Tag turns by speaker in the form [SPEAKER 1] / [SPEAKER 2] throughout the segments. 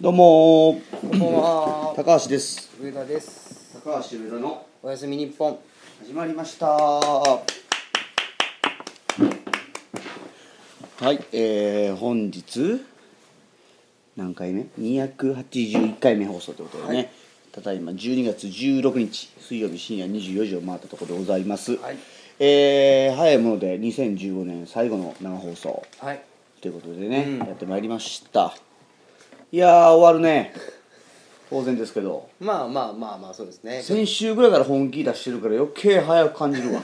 [SPEAKER 1] どうもー
[SPEAKER 2] こんばんは。
[SPEAKER 1] 高橋です
[SPEAKER 2] 上田です。
[SPEAKER 1] 高橋上田の
[SPEAKER 2] おやすみ日本。
[SPEAKER 1] 始まりましたはいえー、本日何回目281回目放送ということでね、
[SPEAKER 2] はい
[SPEAKER 1] ただいま12月16日水曜日深夜24時を回ったところでございます、
[SPEAKER 2] はい
[SPEAKER 1] えー早いもので2015年最後の生放送
[SPEAKER 2] はい。
[SPEAKER 1] ということでね、
[SPEAKER 2] う
[SPEAKER 1] や
[SPEAKER 2] ん
[SPEAKER 1] ってまいりましたいやー終わるね当然ですけど
[SPEAKER 2] まあまあまあまあそうですね。
[SPEAKER 1] 先週ぐらいから本気出してるから余計早く感じ るわ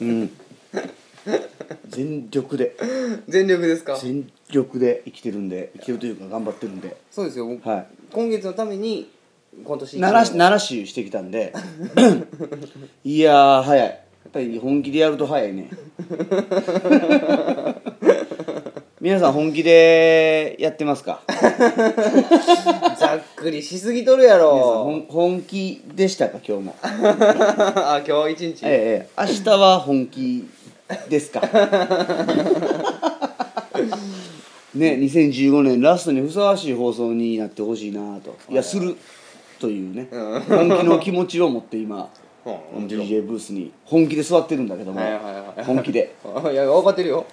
[SPEAKER 1] うん全力で
[SPEAKER 2] 全力ですか。
[SPEAKER 1] 全力で生きてるんで生きてるというか頑張ってるんで
[SPEAKER 2] そうですよ。
[SPEAKER 1] はい
[SPEAKER 2] 今月のために今年一年
[SPEAKER 1] 奈良市奈良市してきたん でいやー早いやっぱり本気でやると早い ね皆さん本気でやってますか
[SPEAKER 2] ざっくりしすぎとるや
[SPEAKER 1] 皆さん
[SPEAKER 2] ろ。
[SPEAKER 1] 本本気でしたか今日も
[SPEAKER 2] あ今日一日。
[SPEAKER 1] ええええ明日は本気です かね2015年ラストにふさわしい放送になってほしいなといやするというね、本気の気持ちを持って今
[SPEAKER 2] うん
[SPEAKER 1] この DJ ブースに本気で座ってるんだけども、
[SPEAKER 2] はいはいはい
[SPEAKER 1] 本気で
[SPEAKER 2] あいや分かってるよ。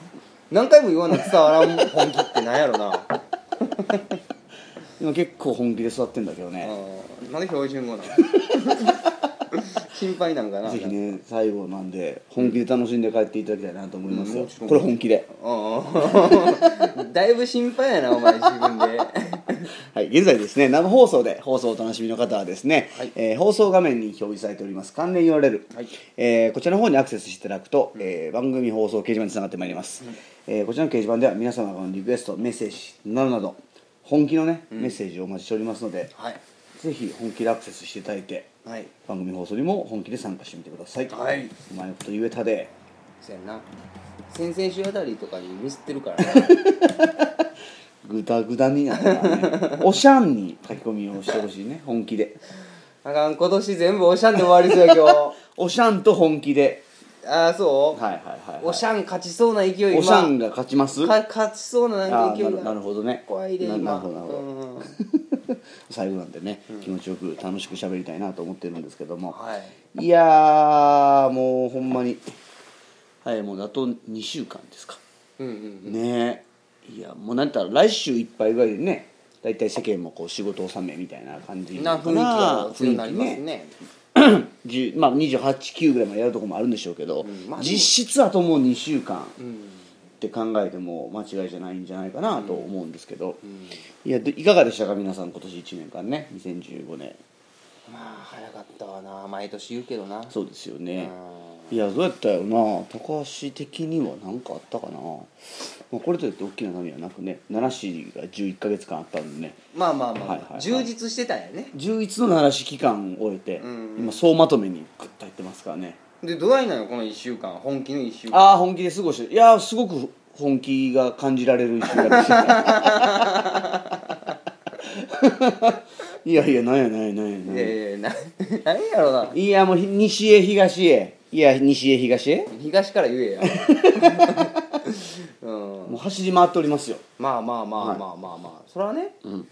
[SPEAKER 2] 何回も言わな伝わらん本気ってなんや ろな。
[SPEAKER 1] 今結構本気で座ってんだけどね、
[SPEAKER 2] うんなんで標準 語なの。心配なんかな。
[SPEAKER 1] ぜひね最後なんで本気で楽しんで帰っていただきたいなと思います
[SPEAKER 2] うん
[SPEAKER 1] よ
[SPEAKER 2] もち、ろん
[SPEAKER 1] これ本気で
[SPEAKER 2] うん。 だいぶ心配やなお前自分で。
[SPEAKER 1] はい、現在ですね生放送で放送をお楽しみの方はですね、
[SPEAKER 2] はい
[SPEAKER 1] えー放送画面に表示されております関連 URL、
[SPEAKER 2] はい
[SPEAKER 1] えーこちらの方にアクセスしていただくと、えー番組放送掲示板につながってまいります、えーこちらの掲示板では皆様からのリクエストメッセージなどなど本気のね、メッセージをお待ちしておりますので
[SPEAKER 2] はい。
[SPEAKER 1] ぜひ本気でアクセスしていただいて
[SPEAKER 2] はい。
[SPEAKER 1] 番組放送にも本気で参加してみてください、
[SPEAKER 2] はい、
[SPEAKER 1] うまいこと言えたで
[SPEAKER 2] そうやんな先々週あたりとかにミスってるから
[SPEAKER 1] グダグダになったからね おしゃんに書き込みをしてほしいね本気で
[SPEAKER 2] あかん今年全部おしゃんで終わりそうや今
[SPEAKER 1] おしゃんと本気で
[SPEAKER 2] 日ああそう、
[SPEAKER 1] はいはいはい、はい、
[SPEAKER 2] おしゃん勝ちそうな勢い
[SPEAKER 1] お
[SPEAKER 2] 今
[SPEAKER 1] シャンが勝ちます
[SPEAKER 2] か勝ちそうななん
[SPEAKER 1] あー
[SPEAKER 2] か
[SPEAKER 1] な
[SPEAKER 2] 勢い
[SPEAKER 1] るなる
[SPEAKER 2] が
[SPEAKER 1] ほどね
[SPEAKER 2] 怖いで
[SPEAKER 1] な
[SPEAKER 2] 今
[SPEAKER 1] なるほどなるほど、
[SPEAKER 2] うん
[SPEAKER 1] 最後なんでね、気持ちよく楽しく喋りたいなと思ってるんですけども、
[SPEAKER 2] はい
[SPEAKER 1] い、やーもうほんまにはいもうあと2週間ですか
[SPEAKER 2] うんうん
[SPEAKER 1] ねえいやもうなんたら来週いっぱいぐらいでね大体世間もこう仕事納めみたいな感じ
[SPEAKER 2] な雰囲気が強くなりますね
[SPEAKER 1] 雰囲気10まあ、289ぐらいまでやるとこもあるんでしょうけど、
[SPEAKER 2] んまあでも
[SPEAKER 1] 実質あともう2週間、
[SPEAKER 2] うん
[SPEAKER 1] って考えても間違いじゃないんじゃないかなと思うんですけど、いやでいかがでしたか皆さん今年1年間ね2015年
[SPEAKER 2] まあ早かったわな毎年言うけどな
[SPEAKER 1] そうですよ
[SPEAKER 2] う
[SPEAKER 1] ね、
[SPEAKER 2] ん
[SPEAKER 1] いやどうやったよな高橋的には何かあったかな、まあ、これといって大きな波はなくね奈良市が11か月間あったんでね
[SPEAKER 2] まあまあまあ、
[SPEAKER 1] はいはいはい
[SPEAKER 2] 充実してたんやね
[SPEAKER 1] 11の奈良市期間を終えて、
[SPEAKER 2] うん
[SPEAKER 1] 今総まとめにグッと入ってますからね
[SPEAKER 2] でどないなのこの1週間本気の1週間
[SPEAKER 1] ああ本気で過ごしていやーすごく本気が感じられる一週間でしたねいやいやなんやなんやなんやなん
[SPEAKER 2] い
[SPEAKER 1] や
[SPEAKER 2] やいやいやな 何やろない
[SPEAKER 1] やもうひ西へ東へいや西へ東へ
[SPEAKER 2] 東から言え や、うん、
[SPEAKER 1] もう走り回っておりますよ
[SPEAKER 2] まあまあまあまあまあまあ、それはね、うん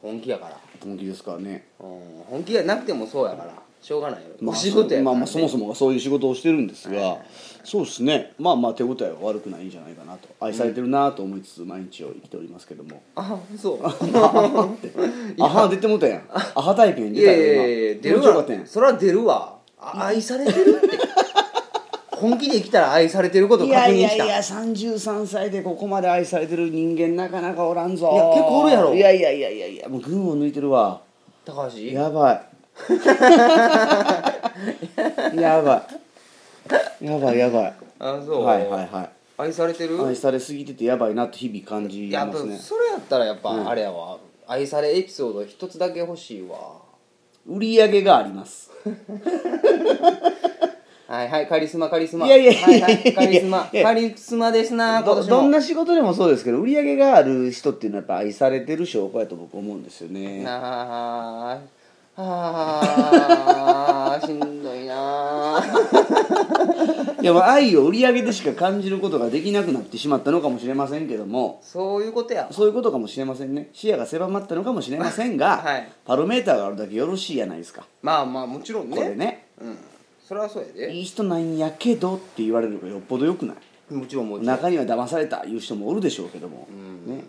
[SPEAKER 2] 本気やから、
[SPEAKER 1] 本気ですからね
[SPEAKER 2] うん、本気がなくてもそうやからしょうがないよ、
[SPEAKER 1] まあ
[SPEAKER 2] お仕事やから、ね
[SPEAKER 1] まあまあそもそもがそういう仕事をしてるんですが、そうですねまあまあ手応えは悪くないんじゃないかなと愛されてるなと思いつつ毎日を生きておりますけども、
[SPEAKER 2] あそう
[SPEAKER 1] アハ出てもうたやんアハ体験
[SPEAKER 2] い
[SPEAKER 1] 出た
[SPEAKER 2] やい
[SPEAKER 1] よ
[SPEAKER 2] やいや
[SPEAKER 1] 今
[SPEAKER 2] 出る
[SPEAKER 1] もうちょいよか
[SPEAKER 2] わ
[SPEAKER 1] ったやん
[SPEAKER 2] それは出るわあ愛されてる って本気で生きたら愛されてることを
[SPEAKER 1] い
[SPEAKER 2] 確
[SPEAKER 1] やい
[SPEAKER 2] 認
[SPEAKER 1] や
[SPEAKER 2] し
[SPEAKER 1] い
[SPEAKER 2] た
[SPEAKER 1] や33歳でここまで愛されてる人間なかなかおらんぞ
[SPEAKER 2] いや結構おるやろ
[SPEAKER 1] いやいやいやいやいやもう群を抜いてるわ
[SPEAKER 2] 高橋
[SPEAKER 1] や ばいやばいやばいやばい
[SPEAKER 2] あそう、
[SPEAKER 1] はいはいは
[SPEAKER 2] 愛されてる
[SPEAKER 1] い愛されすぎててやばいなって日々感じ
[SPEAKER 2] やっ
[SPEAKER 1] ま
[SPEAKER 2] ぱ
[SPEAKER 1] すね
[SPEAKER 2] それやったらやっぱあれやわ、愛されエピソード一つだけ欲しいわ
[SPEAKER 1] 売り上げがあります
[SPEAKER 2] はいはいカリスマカリスマ
[SPEAKER 1] いやいやいや
[SPEAKER 2] はいはいカリス
[SPEAKER 1] い
[SPEAKER 2] マ
[SPEAKER 1] やいや
[SPEAKER 2] カリスマですな今
[SPEAKER 1] ど
[SPEAKER 2] 年
[SPEAKER 1] どん
[SPEAKER 2] も
[SPEAKER 1] な仕事でもそうですけど売り上げがある人っていうのはやっぱ愛されてる証拠やと僕思うんですよね
[SPEAKER 2] あーあーしんどいな
[SPEAKER 1] いやまあ愛を売り上げでしか感じることができなくなってしまったのかもしれませんけども
[SPEAKER 2] そういうことや
[SPEAKER 1] そういうことかもしれませんね視野が狭まったのかもしれません が、
[SPEAKER 2] はい
[SPEAKER 1] パロメーターがあるだけよろしいやないですか
[SPEAKER 2] まあまあもちろんね
[SPEAKER 1] これね
[SPEAKER 2] うんそれはそうやで
[SPEAKER 1] いい人なんやけどって言われるのがよっぽどよくない
[SPEAKER 2] もちろんもちろん
[SPEAKER 1] 中には騙されたいう人もおるでしょうけども、ね、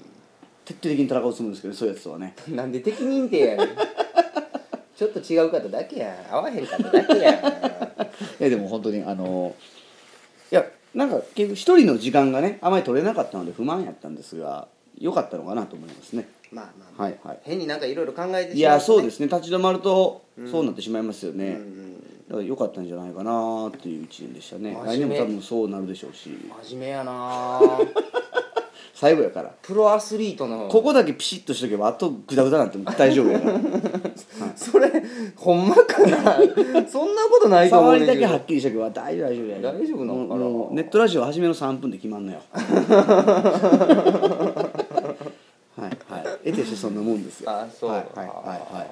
[SPEAKER 1] 徹底的に戦うつもりですけどそういうやつと はね
[SPEAKER 2] なんで適任定やねんちょっと違う方だけや合わへん方だけや
[SPEAKER 1] いやでも本当にあのいやなんか結局一人の時間がねあまり取れなかったので不満やったんですが良かったのかなと思いますね
[SPEAKER 2] まあまあ、まあ
[SPEAKER 1] はいはい
[SPEAKER 2] 変になんかいろいろ考えて
[SPEAKER 1] いやそうですすね立ち止まるとそうなってしまいますよね、
[SPEAKER 2] ん
[SPEAKER 1] だから良かったんじゃないかなっていう一年でしたね来
[SPEAKER 2] 真
[SPEAKER 1] 年も
[SPEAKER 2] 面目
[SPEAKER 1] 多分そうなるでしょうし
[SPEAKER 2] 真面目やなあ
[SPEAKER 1] 最後やから
[SPEAKER 2] プロアスリートの
[SPEAKER 1] ここだけピシッとしとけばあとグダグダなんても大丈夫やから
[SPEAKER 2] それほんまかなそんなことないと思
[SPEAKER 1] 触
[SPEAKER 2] う
[SPEAKER 1] り
[SPEAKER 2] ねん
[SPEAKER 1] だ
[SPEAKER 2] け
[SPEAKER 1] け
[SPEAKER 2] ど
[SPEAKER 1] はっきりしとけば大丈夫大丈夫や
[SPEAKER 2] 大丈夫なのかな
[SPEAKER 1] もうもうネットラジオ初めの3分で決まんのよはいはい得てしてそんなもんですよ
[SPEAKER 2] あそう
[SPEAKER 1] はいはいはい
[SPEAKER 2] あー
[SPEAKER 1] はい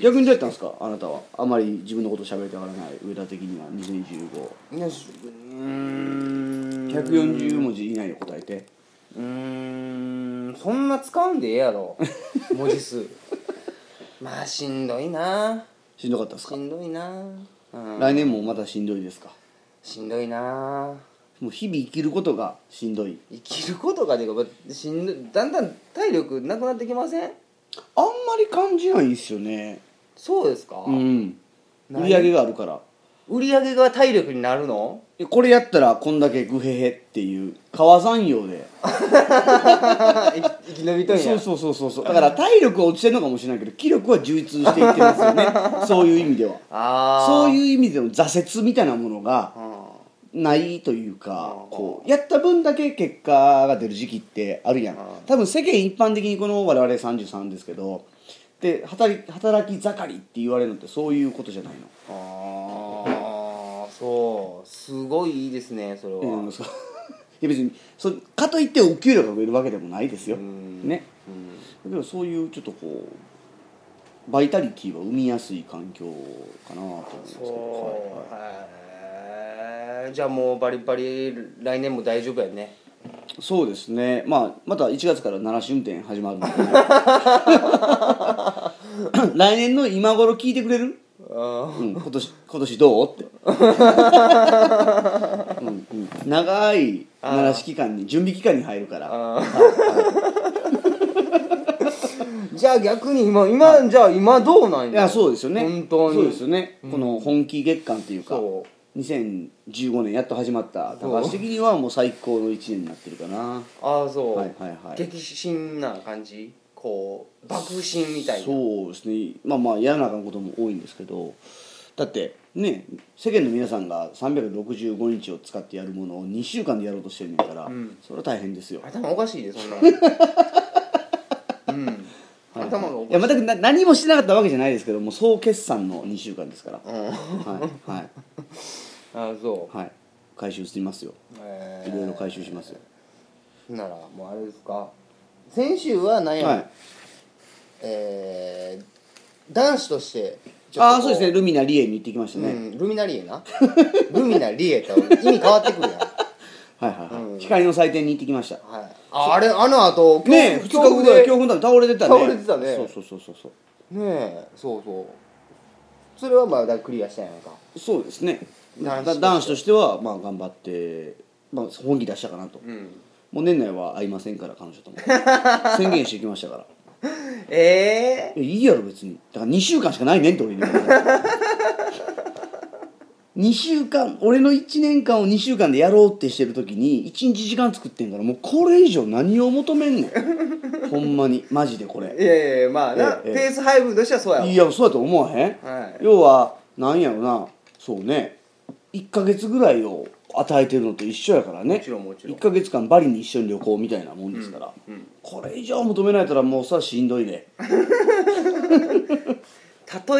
[SPEAKER 1] 逆にどうやったんですかあなたはあまり自分のこと喋りたがらない上田的には2025
[SPEAKER 2] いやしうーん
[SPEAKER 1] 140文字以内で答えて
[SPEAKER 2] うーんそんな使うんでええやろ 文字数まあしんどいな
[SPEAKER 1] しんどかったです
[SPEAKER 2] し
[SPEAKER 1] か
[SPEAKER 2] んどいな、うん、
[SPEAKER 1] 来年もまたしんどいですか
[SPEAKER 2] しんどいな
[SPEAKER 1] もう日々生きることがしんどい
[SPEAKER 2] 生きることがでかしんどいだんだん体力なくなってきません
[SPEAKER 1] あんまり感じないですよね
[SPEAKER 2] そうですか、
[SPEAKER 1] うん
[SPEAKER 2] ない
[SPEAKER 1] 売り上げがあるから
[SPEAKER 2] 売り上げが体力になるの
[SPEAKER 1] えこれやったらこんだけグヘヘっていう川山用で
[SPEAKER 2] 生き延びとんや
[SPEAKER 1] そうそうそうそうそうだから体力は落ちてるのかもしれないけど気力は充実していってますよね そういう意味では
[SPEAKER 2] ああ
[SPEAKER 1] そういう
[SPEAKER 2] う、
[SPEAKER 1] 意味での挫折みたいなものが
[SPEAKER 2] うん
[SPEAKER 1] ないというか
[SPEAKER 2] うん
[SPEAKER 1] こうやった分だけ結果が出る時期ってあるやん
[SPEAKER 2] うん
[SPEAKER 1] 多分世間一般的にこの我々33ですけどで働き働き盛りって言われるのってそういうことじゃないの
[SPEAKER 2] ああそうすごいいいですねそれは、
[SPEAKER 1] うん、そう いや別にそかといってお給料が増えるわけでもないですよ、
[SPEAKER 2] うん
[SPEAKER 1] ね
[SPEAKER 2] うん
[SPEAKER 1] だけどそういうちょっとこうバイタリティは生みやすい環境かなと思いますけど
[SPEAKER 2] そ
[SPEAKER 1] は
[SPEAKER 2] うへえじゃあもうバリバリ来年も大丈夫やね
[SPEAKER 1] いはいそうですね、まあ、また1月から奈良市運転始まるので 来年の今頃聞いてくれる、
[SPEAKER 2] あ
[SPEAKER 1] うん、今年今年どうって、うんうん長い奈良市期間に準備期間に入るから
[SPEAKER 2] じゃあ逆に今今じゃあ今どうなんや
[SPEAKER 1] いやそうですよね
[SPEAKER 2] 本当に
[SPEAKER 1] そうですよね、この本気月間というか
[SPEAKER 2] そ
[SPEAKER 1] 2015年やっと始まった
[SPEAKER 2] そう
[SPEAKER 1] 高橋的にはもう最高の1年になってるかな
[SPEAKER 2] ああそう、
[SPEAKER 1] はいはいはい
[SPEAKER 2] 激震な感じこう爆心みたいな
[SPEAKER 1] そうですねまあまあ嫌なことも多いんですけどだってね世間の皆さんが365日を使ってやるものを2週間でやろうとしてるんだから、
[SPEAKER 2] ん
[SPEAKER 1] それは大変ですよ、
[SPEAKER 2] 頭おかしいでそん なのうん
[SPEAKER 1] はい
[SPEAKER 2] 頭がお
[SPEAKER 1] いや
[SPEAKER 2] かしい
[SPEAKER 1] 全くな何もしてなかったわけじゃないですけどもう総決算の2週間ですから、
[SPEAKER 2] うん、あ
[SPEAKER 1] はいはい
[SPEAKER 2] あそう
[SPEAKER 1] はい回収しますよ
[SPEAKER 2] え
[SPEAKER 1] いろいろ回収しますよ、
[SPEAKER 2] ならもうあれですか先週は何や、
[SPEAKER 1] はい
[SPEAKER 2] えー男子としてちょっとこ
[SPEAKER 1] ああそうですねルミナリエに行ってきましたね、
[SPEAKER 2] うん、ルミナリエな ルミナリエと意味変わってくるやん、
[SPEAKER 1] はいはいはい、
[SPEAKER 2] うん
[SPEAKER 1] 光の祭典に行ってきました
[SPEAKER 2] はい、ああれあの後強
[SPEAKER 1] ねえ2日後ぐらい強風だ倒れてたね
[SPEAKER 2] 倒れてたね
[SPEAKER 1] そうそうそうそうそう
[SPEAKER 2] ねえそうそうそれはまだクリアしたんやんか
[SPEAKER 1] そうですね
[SPEAKER 2] 男子
[SPEAKER 1] だ
[SPEAKER 2] として
[SPEAKER 1] 男子としてはまあ頑張って、まあ、本気出したかなと、
[SPEAKER 2] うん
[SPEAKER 1] もう年内は会いませんから彼女 とも宣言してきましたから
[SPEAKER 2] ええ
[SPEAKER 1] いやいいやろ別にだから2週間しかないねんって俺に言う2週間俺の1年間を2週間でやろうってしてる時に1日時間作ってんからもうこれ以上何を求めんねんほんまにマジでこれ
[SPEAKER 2] いやいやまあな、
[SPEAKER 1] ええ
[SPEAKER 2] ペース配分としてはそうやろ
[SPEAKER 1] いやそうやと思わへん、
[SPEAKER 2] はい
[SPEAKER 1] 要はなんやろなそうね1ヶ月ぐらいを与えてるのと一緒やからね
[SPEAKER 2] もちろんもちろん
[SPEAKER 1] 1ヶ月間バリに一緒に旅行みたいなもんですから、
[SPEAKER 2] うんうん
[SPEAKER 1] これ以上求められたらもうさしんどいね
[SPEAKER 2] 例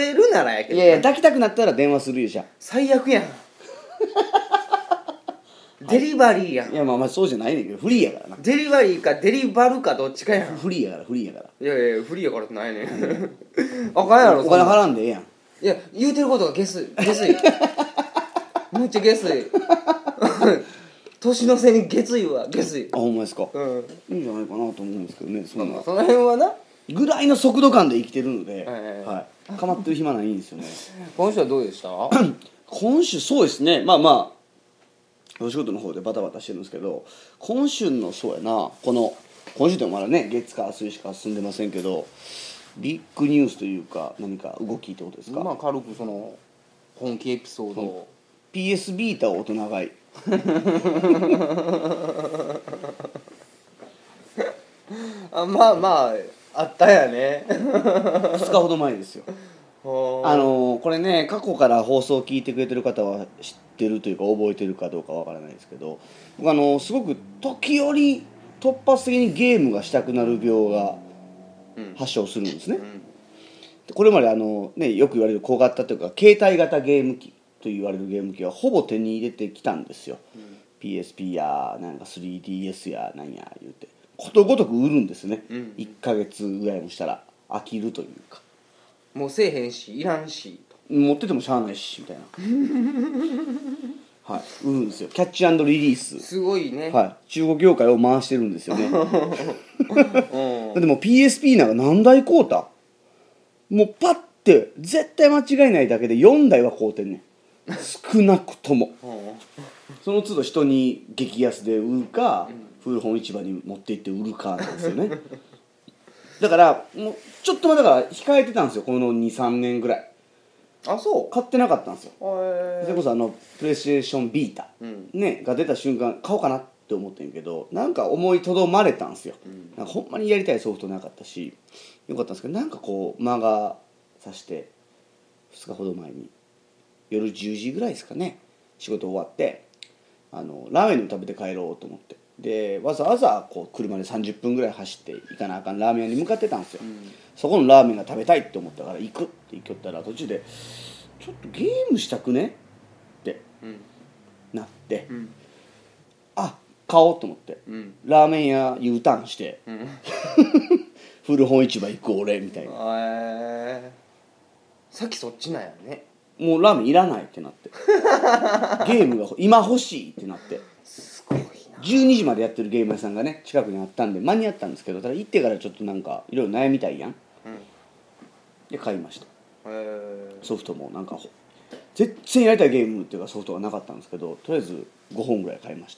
[SPEAKER 2] えるならやけど
[SPEAKER 1] いやいや抱きたくなったら電話するよじゃ
[SPEAKER 2] 最悪 やんデリバリーやん
[SPEAKER 1] いやまあまあそうじゃないねんけどフリーやからな
[SPEAKER 2] デリバリーかデリバルかどっちかやん
[SPEAKER 1] フリーやからフリーやから
[SPEAKER 2] いやいやフリーやからってないねん あかんやろ
[SPEAKER 1] お
[SPEAKER 2] そん
[SPEAKER 1] 金
[SPEAKER 2] な
[SPEAKER 1] 払
[SPEAKER 2] ん
[SPEAKER 1] んでええやん
[SPEAKER 2] いいや言うてることが下水下 水むっちゃ下水 年の瀬に下水は下水
[SPEAKER 1] あほんまですか、
[SPEAKER 2] うん
[SPEAKER 1] いいんじゃないかなと思うんですけどねそんな
[SPEAKER 2] その辺はな
[SPEAKER 1] ぐらいの速度感で生きてるので、
[SPEAKER 2] はいはいは
[SPEAKER 1] はい、かまってる暇ないんですよね
[SPEAKER 2] 今週はどうでしたは
[SPEAKER 1] 今週そうですねまあまあお仕事の方でバタバタしてるんですけど今週のそうやなこの今週でもまだね月火水しか進んでませんけどビッグニュースというか何か動きってことですか、
[SPEAKER 2] まあ軽くその本気エピソードを
[SPEAKER 1] PS ビータを大人買い
[SPEAKER 2] あまあまああったやね
[SPEAKER 1] 2日ほど前ですよあ
[SPEAKER 2] あ
[SPEAKER 1] のーこれね過去から放送を聞いてくれてる方は知ってるというか覚えてるかどうかわからないですけど僕あのーすごく時折突発的にゲームがしたくなる病が
[SPEAKER 2] うん
[SPEAKER 1] 発症するんですね、
[SPEAKER 2] ん
[SPEAKER 1] これまであのー、ね、よく言われる小型というか携帯型ゲーム機と言われるゲーム機はほぼ手に入れてきたんですよ、PSP やなんか 3DS やなんや言うてことごとく売るんですね、
[SPEAKER 2] うん
[SPEAKER 1] 1ヶ月ぐらいもしたら飽きるというか
[SPEAKER 2] もうせえへんしいらんし
[SPEAKER 1] 持っててもしゃあないしみたいなはい売るんですよキャッチリリース、
[SPEAKER 2] すごいね、
[SPEAKER 1] はい、中古業界を回してるんです よねだ
[SPEAKER 2] うん
[SPEAKER 1] ってもう PSP なんか何台買うたもうパッて絶対間違いないだけで4台は買うてんねん少なくとも
[SPEAKER 2] うん
[SPEAKER 1] その都度人に激安で売るか、古本市場に持って行って売るかなんですよ ねだからもうちょっと前だから控えてたんですよこの23年ぐらい
[SPEAKER 2] あそ
[SPEAKER 1] 買ってなかったんですよ
[SPEAKER 2] うへ
[SPEAKER 1] それこそあのプレイステーションビータ、
[SPEAKER 2] うん
[SPEAKER 1] ね、が出た瞬間買おうかなって思ってんけどなんか思いとどまれたんですよ、なんかほんまにやりたいソフトなかったしよかったんですけどなんかこう間がさして2日ほど前に夜10時ぐらいですかね仕事終わってあのラーメンでも食べて帰ろうと思ってでわざわざこう車で30分ぐらい走って行かなあかんラーメン屋に向かってたんですよ、そこのラーメンが食べたいって思ったから行くって行きよったら途中で「ちょっとゲームしたくね?」って
[SPEAKER 2] うん
[SPEAKER 1] なって、
[SPEAKER 2] ん
[SPEAKER 1] あ買おうと思って、
[SPEAKER 2] うん
[SPEAKER 1] ラーメン屋 U ターンして、
[SPEAKER 2] うん
[SPEAKER 1] 古本市場行く俺みたいな
[SPEAKER 2] へえさっきそっちなんやね
[SPEAKER 1] もうラーメンいらないってなってゲームが今欲しいってなって
[SPEAKER 2] すごいな
[SPEAKER 1] 12時までやってるゲーム屋さんがね近くにあったんで間に合ったんですけどただ行ってからちょっとなんかいろいろ悩みたいやん
[SPEAKER 2] うんへ
[SPEAKER 1] で買いました
[SPEAKER 2] え
[SPEAKER 1] ソフトもなんかほ全然やりたいゲームっていうかソフトがなかったんですけどとりあえず5本ぐらい買いまし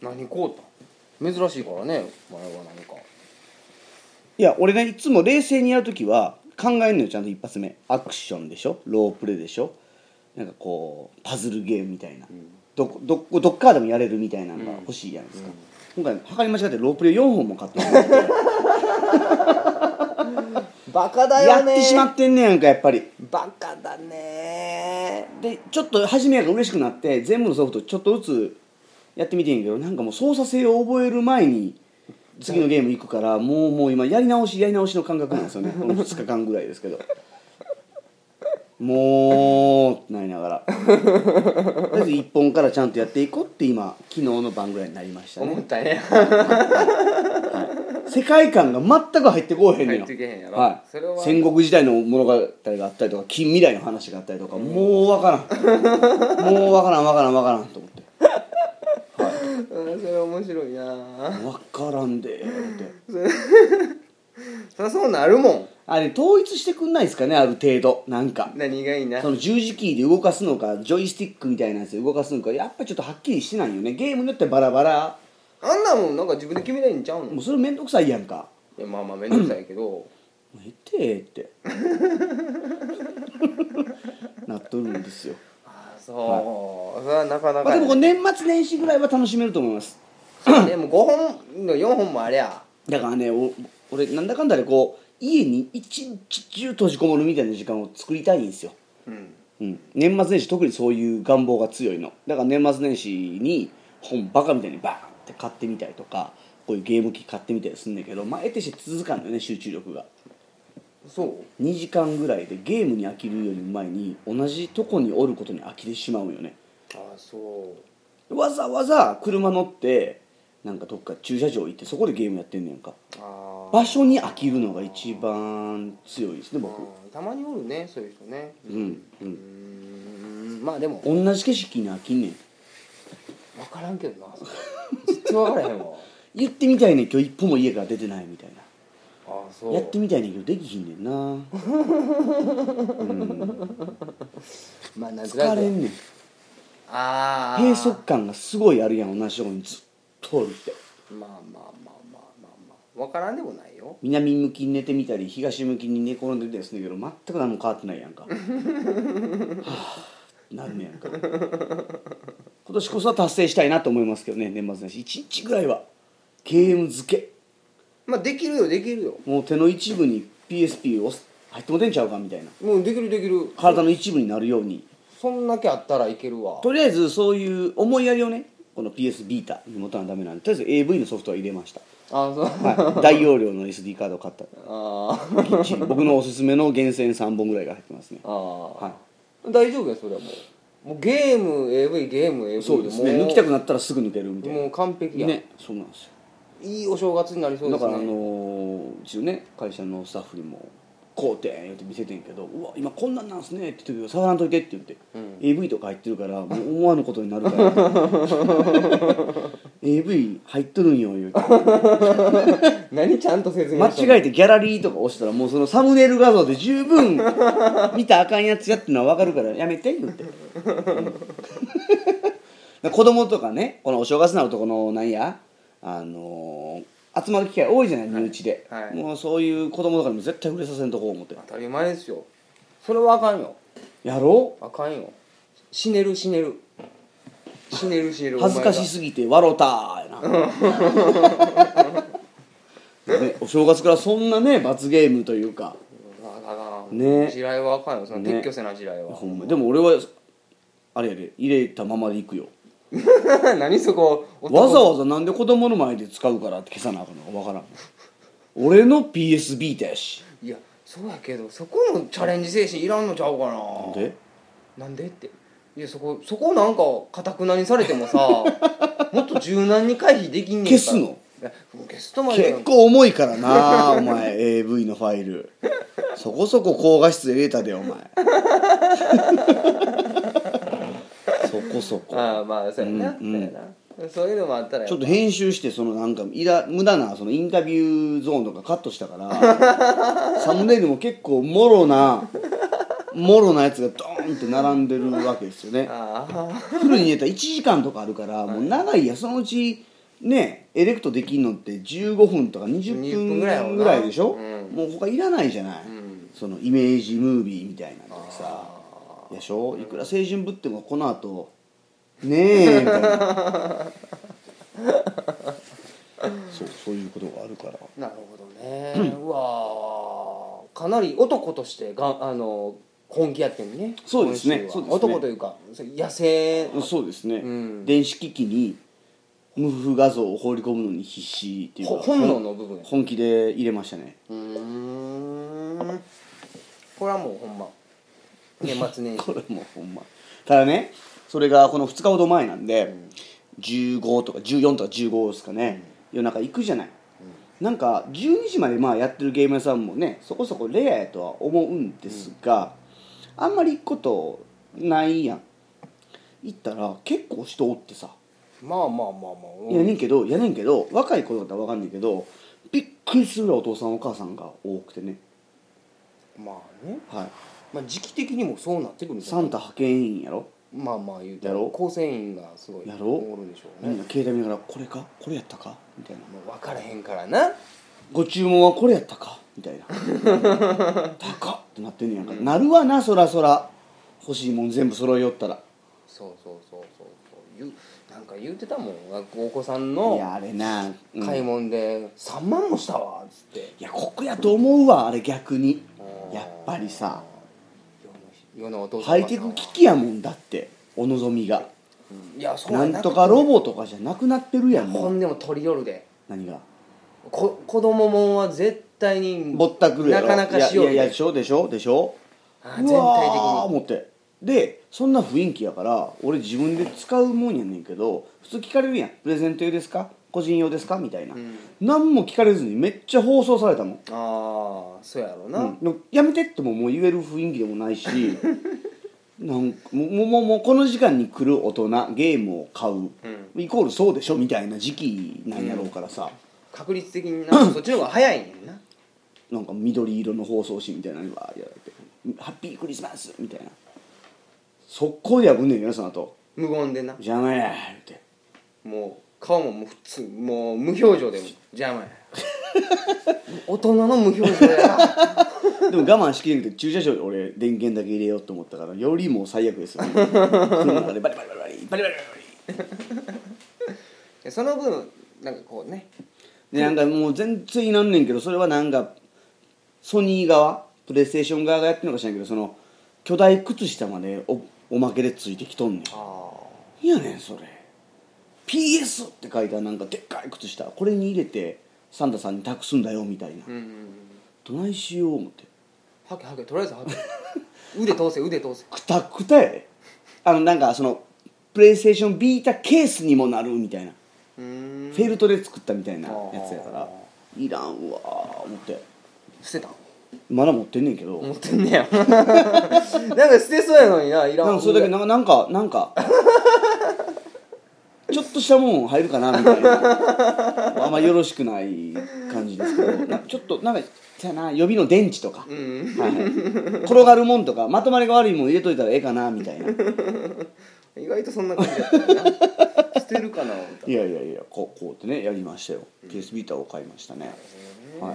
[SPEAKER 1] た
[SPEAKER 2] 何こうたん珍しいからねお前は何か
[SPEAKER 1] いや俺ねいつも冷静にやるときは考えんのよちゃんと一発目アクションでしょロープレイでしょなんかこうパズルゲームみたいな、どこどこどっからでもやれるみたいなのが欲しいやんですか、今回測り間違ってロープレイ4本も買ってしまって
[SPEAKER 2] バカだ
[SPEAKER 1] や
[SPEAKER 2] よ
[SPEAKER 1] っ
[SPEAKER 2] ね
[SPEAKER 1] てしまってんねやんかやっぱり
[SPEAKER 2] バカだね
[SPEAKER 1] でちょっと初めやから嬉しくなって全部のソフトちょっとずつやってみてんけどなんかもう操作性を覚える前に次のゲーム行くからもうもう今やり直しやり直しの感覚なんですよねこの2日間ぐらいですけどもうってなりながらとりあえず1本からちゃんとやっていこうって今昨日の晩ぐらいになりました
[SPEAKER 2] 思
[SPEAKER 1] ね
[SPEAKER 2] ったね
[SPEAKER 1] 世界観が全く入ってこうへんのよ
[SPEAKER 2] 入ってけへんやろ
[SPEAKER 1] は、
[SPEAKER 2] それはい
[SPEAKER 1] 戦国時代の物語があったりとか近未来の話があったりとか、もうわ からんもうわからんわからんわからんと思って
[SPEAKER 2] うんそれ面白いな
[SPEAKER 1] わからんでーって
[SPEAKER 2] そりゃそうなるもん
[SPEAKER 1] あれ統一してくんないですかねある程度なんか
[SPEAKER 2] 何がいいな
[SPEAKER 1] その十字キーで動かすのかジョイスティックみたいなやつで動かすのかやっぱちょっとはっきりしてないよねゲームによってバラバラ
[SPEAKER 2] あんなもんなんか自分で決めないんちゃうの
[SPEAKER 1] もうそれ面倒くさいやんか
[SPEAKER 2] いやまあまあ面倒くさいけど
[SPEAKER 1] もうええって ええってなっとるんですよ、
[SPEAKER 2] あそうそれはなかな
[SPEAKER 1] まあ、
[SPEAKER 2] か
[SPEAKER 1] で
[SPEAKER 2] ね
[SPEAKER 1] もこう年末年始ぐらいは楽しめると思います
[SPEAKER 2] そうねもう5本の4本もありゃ
[SPEAKER 1] だからねお俺なんだかんだでこう家に一日中閉じこもるみたいな時間を作りたいんですよ、
[SPEAKER 2] うん
[SPEAKER 1] うん、年末年始特にそういう願望が強いのだから年末年始に本バカみたいにバーンって買ってみたりとかこういうゲーム機買ってみたりすんだけどまあ得てして続かんのよね集中力が
[SPEAKER 2] そう
[SPEAKER 1] 2時間ぐらいでゲームに飽きるより前に同じとこにおることに飽きてしまうよね
[SPEAKER 2] あそ
[SPEAKER 1] わざわざ車乗ってなんかどっか駐車場行ってそこでゲームやってんねやんか
[SPEAKER 2] うあ
[SPEAKER 1] 場所に飽きるのが一番強いですね僕
[SPEAKER 2] うんたまにおるねそういう人ね
[SPEAKER 1] うんう
[SPEAKER 2] うんーんまあでも分
[SPEAKER 1] 同じ景色に飽きんねん
[SPEAKER 2] からんけどなそれ絶対分からへんわ
[SPEAKER 1] 言ってみたいねん今日一歩も家から出てないみたいな
[SPEAKER 2] ああそう
[SPEAKER 1] やってみたいねんけどできひんねんな、うん、
[SPEAKER 2] まあなんとな
[SPEAKER 1] 疲
[SPEAKER 2] く
[SPEAKER 1] れんねん
[SPEAKER 2] ああ
[SPEAKER 1] 閉塞感がすごいあるやん同じとこにずっとおるって
[SPEAKER 2] まあまあまあまあまあまあ分からんでもないよ
[SPEAKER 1] 南向きに寝てみたり東向きに寝転んでみたりするんだけど全く何も変わってないやんかはあなるねやんか今年こそは達成したいなと思いますけどね年末年始1日ぐらいはゲーム漬け
[SPEAKER 2] まあできるよできるよ
[SPEAKER 1] もう手の一部に PSP を入ってもてんちゃうかみたいな
[SPEAKER 2] もうできるできる
[SPEAKER 1] 体の一部になるように
[SPEAKER 2] そんだけあったらいけるわ
[SPEAKER 1] とりあえずそういう思いやりをねこの PS ビータに持たないダメなんでとりあえず AV のソフトは入れました、
[SPEAKER 2] ああそう
[SPEAKER 1] はい、大容量の SD カードを買った
[SPEAKER 2] あー
[SPEAKER 1] きっちり僕のおすすめの厳選3本ぐらいが入ってますね
[SPEAKER 2] あー
[SPEAKER 1] は
[SPEAKER 2] 大丈夫やそれはもうもうゲーム AV ゲーム AV
[SPEAKER 1] そうですね
[SPEAKER 2] もう
[SPEAKER 1] 抜きたくなったらすぐ抜けるみたい
[SPEAKER 2] もう完璧
[SPEAKER 1] な
[SPEAKER 2] や、
[SPEAKER 1] ねそうなんですよ
[SPEAKER 2] いいお正月になりそうで
[SPEAKER 1] だ
[SPEAKER 2] すね
[SPEAKER 1] からあのーうちのね会社のスタッフにも「こうてん」言って見せてんけど「うわ今こんなんなんすね」って言って「触らんといて」って言って、AV とか入ってるからもう思わぬことになるから AV 入っとるんよ言うて
[SPEAKER 2] 何ちゃんと説明
[SPEAKER 1] 間
[SPEAKER 2] した
[SPEAKER 1] 違えてギャラリーとか押したらもうそのサムネイル画像で十 分見たらあかんやつやってのは分かるからやめて言って、うん 子供とかねこのお正月なるとこのなんやあのー集まる機会多いじゃない身内で、
[SPEAKER 2] はいはい
[SPEAKER 1] もうそういう子供とかにも絶対触れさせんとこう思って
[SPEAKER 2] 当たり前ですよそれはあかんよ
[SPEAKER 1] やろ
[SPEAKER 2] あかんよ死ねる死ねる死ねる死ね
[SPEAKER 1] う
[SPEAKER 2] る
[SPEAKER 1] 恥ずかしすぎて笑うたーや なねお正月からそんなね罰ゲームというか
[SPEAKER 2] お前があかんあかん
[SPEAKER 1] ね
[SPEAKER 2] 地雷はあかんよその
[SPEAKER 1] ね
[SPEAKER 2] 撤去せな地雷は、
[SPEAKER 1] ほんまでも俺はあれやで入れたままでいくよ
[SPEAKER 2] 何そこ
[SPEAKER 1] わざわざなんで子供の前で使うからって消さなあかんのか分からん俺の PS ビータやし
[SPEAKER 2] いやそうやけどそこのチャレンジ精神いらんのちゃうかな
[SPEAKER 1] なんで
[SPEAKER 2] なんでっていやそこそこなんかかたくなにされて もさもっと柔軟に回避できんねんから
[SPEAKER 1] 消すの
[SPEAKER 2] いやもう消すとまで
[SPEAKER 1] 結構重いからなお前 AV のファイルそこそこ高画質で入れたでお前そこそこ
[SPEAKER 2] ああまあそうやな、
[SPEAKER 1] うんうん
[SPEAKER 2] そうやなそういうのもあったら
[SPEAKER 1] ちょっと編集してそのなんかいら無駄なそのインタビューゾーンとかカットしたから サムネイルも結構もろなもろなやつがドーンって並んでるわけですよね
[SPEAKER 2] ああ
[SPEAKER 1] フルに入れたら1時間とかあるからもう長いやそのうちねエレクトできんのって15分とか20
[SPEAKER 2] 20分ぐらいやろ
[SPEAKER 1] 分
[SPEAKER 2] な
[SPEAKER 1] ぐらいでしょ、
[SPEAKER 2] う
[SPEAKER 1] もう他いらないじゃない、
[SPEAKER 2] ん
[SPEAKER 1] そのイメージムービーみたいなのがさでしょいくら青春ぶってもこの後ねえみたい なそうそういうことがあるから
[SPEAKER 2] なるほどね、うわーかなり男としてがんあの本気やってんね
[SPEAKER 1] そうですね
[SPEAKER 2] 今
[SPEAKER 1] そ
[SPEAKER 2] 週は
[SPEAKER 1] うですね
[SPEAKER 2] 男というかそう野生
[SPEAKER 1] そうですね、
[SPEAKER 2] うん
[SPEAKER 1] 電子機器に無風画像を放り込むのに必死っていうか
[SPEAKER 2] ほ本能の部分や
[SPEAKER 1] 本気で入れましたね
[SPEAKER 2] うーんこれはもうほんま年末年始
[SPEAKER 1] これもうほんまただねそれがこの2日ほど前なんで、15とか14とか15ですかね、夜中行くじゃない、なんか12時までまあやってるゲーム屋さんもねそこそこレアやとは思うんですが、あんまり行くことないやん行ったら結構人おってさ、
[SPEAKER 2] まあまあまあまあ
[SPEAKER 1] やねんけどやねんけど若い子だったら分かんないけどびっくりするぐらいお父さんお母さんが多くてね、
[SPEAKER 2] まあね、
[SPEAKER 1] はい、
[SPEAKER 2] まあ、時期的にもそうなってくるんだ
[SPEAKER 1] サンタ派遣委員やろ
[SPEAKER 2] まあまあ言うて
[SPEAKER 1] やろ
[SPEAKER 2] 構成員がすごい
[SPEAKER 1] やろ
[SPEAKER 2] おるでしょう
[SPEAKER 1] みんな
[SPEAKER 2] ね、
[SPEAKER 1] 携帯見ながら「これかこれやったか?」みたいな
[SPEAKER 2] もう分からへんからな
[SPEAKER 1] ご注文はこれやったかみた いな高っってなってんねやんか、なるわなそらそら欲しいもん全部揃えよったら
[SPEAKER 2] そうそうそうそうそう言うなんか言うてたもんお子さん
[SPEAKER 1] いや
[SPEAKER 2] の
[SPEAKER 1] あれな、うん
[SPEAKER 2] 買い
[SPEAKER 1] い
[SPEAKER 2] 物で3万もしたわっつって
[SPEAKER 1] やここやと思うわあれ逆に
[SPEAKER 2] うん
[SPEAKER 1] やっぱりさ
[SPEAKER 2] 世の世のお父さ
[SPEAKER 1] ハ
[SPEAKER 2] ん
[SPEAKER 1] イテク機器やもんだってお望みが
[SPEAKER 2] うんいやそう
[SPEAKER 1] な
[SPEAKER 2] や
[SPEAKER 1] んとかロ
[SPEAKER 2] ボ
[SPEAKER 1] ボとかじゃなくなってるやんも
[SPEAKER 2] ほ
[SPEAKER 1] うん
[SPEAKER 2] でも取り寄るで
[SPEAKER 1] 何が
[SPEAKER 2] こ子供もんは絶対に
[SPEAKER 1] ぼったくるや
[SPEAKER 2] な
[SPEAKER 1] ろ
[SPEAKER 2] かなかしよう
[SPEAKER 1] いやいやいやでしょでしょでしょ
[SPEAKER 2] あ
[SPEAKER 1] う
[SPEAKER 2] 全体的
[SPEAKER 1] わー
[SPEAKER 2] に
[SPEAKER 1] 思ってでそんな雰囲気やから俺自分で使うもんやねんけど普通聞かれるやん「プレゼント用ですか?」個人用ですかみたいな、
[SPEAKER 2] うん
[SPEAKER 1] 何も聞かれずにめっちゃ放送されたもん
[SPEAKER 2] ああそうやろな、
[SPEAKER 1] うんでもやめてってももう言える雰囲気でも ないしなんかもうもうもうもうこの時間に来る大人ゲームを買う、イコールそうでしょみたいな時期なんやろうからさ、
[SPEAKER 2] 確率的に なそっちの方が早いねんな
[SPEAKER 1] なんか緑色の放送紙みたいなのにわーやられて「ハッピークリスマス!」みたいな速攻でやぶんねんよなその後
[SPEAKER 2] 無言でな
[SPEAKER 1] 邪魔や!」って
[SPEAKER 2] もう顔ももう普通もう無表情でも邪 魔や大人の無表情やな
[SPEAKER 1] でも我慢しきれなくて駐車場に俺電源だけ入れようと思ったからよりもう最悪ですよ、車の中でバリバリバリバリバリバリバリ
[SPEAKER 2] でその分なんかこうね
[SPEAKER 1] でなんかもう全然いらんねんけどそれはなんかソニー側プレイステーション側がやってるのか知らんけどその巨大靴下までおおまけでついてきとんねん
[SPEAKER 2] あ
[SPEAKER 1] いやねんそれ PS って書いたなんかでっかい靴下これに入れてサンタさんに託すんだよみたいな、
[SPEAKER 2] あうんうんうん
[SPEAKER 1] どないしよう思って
[SPEAKER 2] はけはけとりあえ ずはけ腕通せ腕通せ
[SPEAKER 1] くたくたやであのなんかそのプレイステーションビータケースにもなるみたいな、
[SPEAKER 2] うーん
[SPEAKER 1] フェルトで作ったみたいなやつやか
[SPEAKER 2] あ
[SPEAKER 1] らいらんわー思って
[SPEAKER 2] 捨てたん
[SPEAKER 1] まだ持ってんねんけど、
[SPEAKER 2] 持ってんねや なんか捨てそうやのにないらん
[SPEAKER 1] なんかそれだけなんかなんかなんか ちょっとしたもん入るかなみたいなあんまよろしくない感じですけどなちょっとなんかさやな予備の電池とか、
[SPEAKER 2] うん
[SPEAKER 1] はいはい転がるもんとかまとまりが悪いもん入れといたらええかなみ たいない
[SPEAKER 2] 意外とそんな感じだったよな捨てるかな思った
[SPEAKER 1] やいやいやこうこうってねやりましたよ PS ビーターを買いましたね、はい、
[SPEAKER 2] あ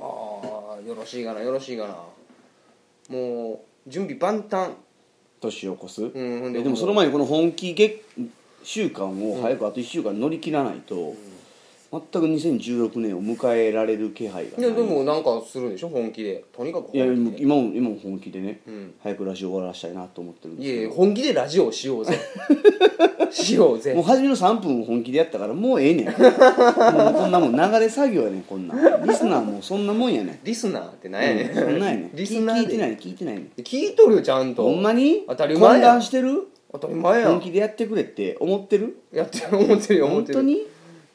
[SPEAKER 2] あよろしいかなよろしいかなもう準備万端
[SPEAKER 1] 年を越す、
[SPEAKER 2] んほんで
[SPEAKER 1] えでもその前にこの本気月週間を早くあと1週間乗り切らないと、全く2016年を迎えられる気配が
[SPEAKER 2] い
[SPEAKER 1] ない
[SPEAKER 2] やでもなんかするんでしょ本気でとにかく本
[SPEAKER 1] い
[SPEAKER 2] 気
[SPEAKER 1] や
[SPEAKER 2] で
[SPEAKER 1] もう今も今も本気でね、
[SPEAKER 2] うん
[SPEAKER 1] 早くラジオ終わらしたいなと思ってるんです
[SPEAKER 2] いやい
[SPEAKER 1] け
[SPEAKER 2] や
[SPEAKER 1] ど
[SPEAKER 2] 本気でラジオをしよ うぜしよう
[SPEAKER 1] も
[SPEAKER 2] ぜ
[SPEAKER 1] う初めの3分本気でやったからもう ええねんもうこんなもん流れ作業やねんこんなんリスナーもそんなもんやねん
[SPEAKER 2] リスナーってなんやね
[SPEAKER 1] うんそんなんやねん
[SPEAKER 2] リスナー
[SPEAKER 1] 聞
[SPEAKER 2] で
[SPEAKER 1] いてない聞いてないねん
[SPEAKER 2] 聞いとるよちゃんと
[SPEAKER 1] ほんまに
[SPEAKER 2] 当たり前や
[SPEAKER 1] 混乱してる
[SPEAKER 2] 当たり前や
[SPEAKER 1] 本
[SPEAKER 2] ん
[SPEAKER 1] 気でやってくれって思ってる
[SPEAKER 2] やってる思ってるよ思っ
[SPEAKER 1] 本
[SPEAKER 2] て
[SPEAKER 1] 当
[SPEAKER 2] る
[SPEAKER 1] に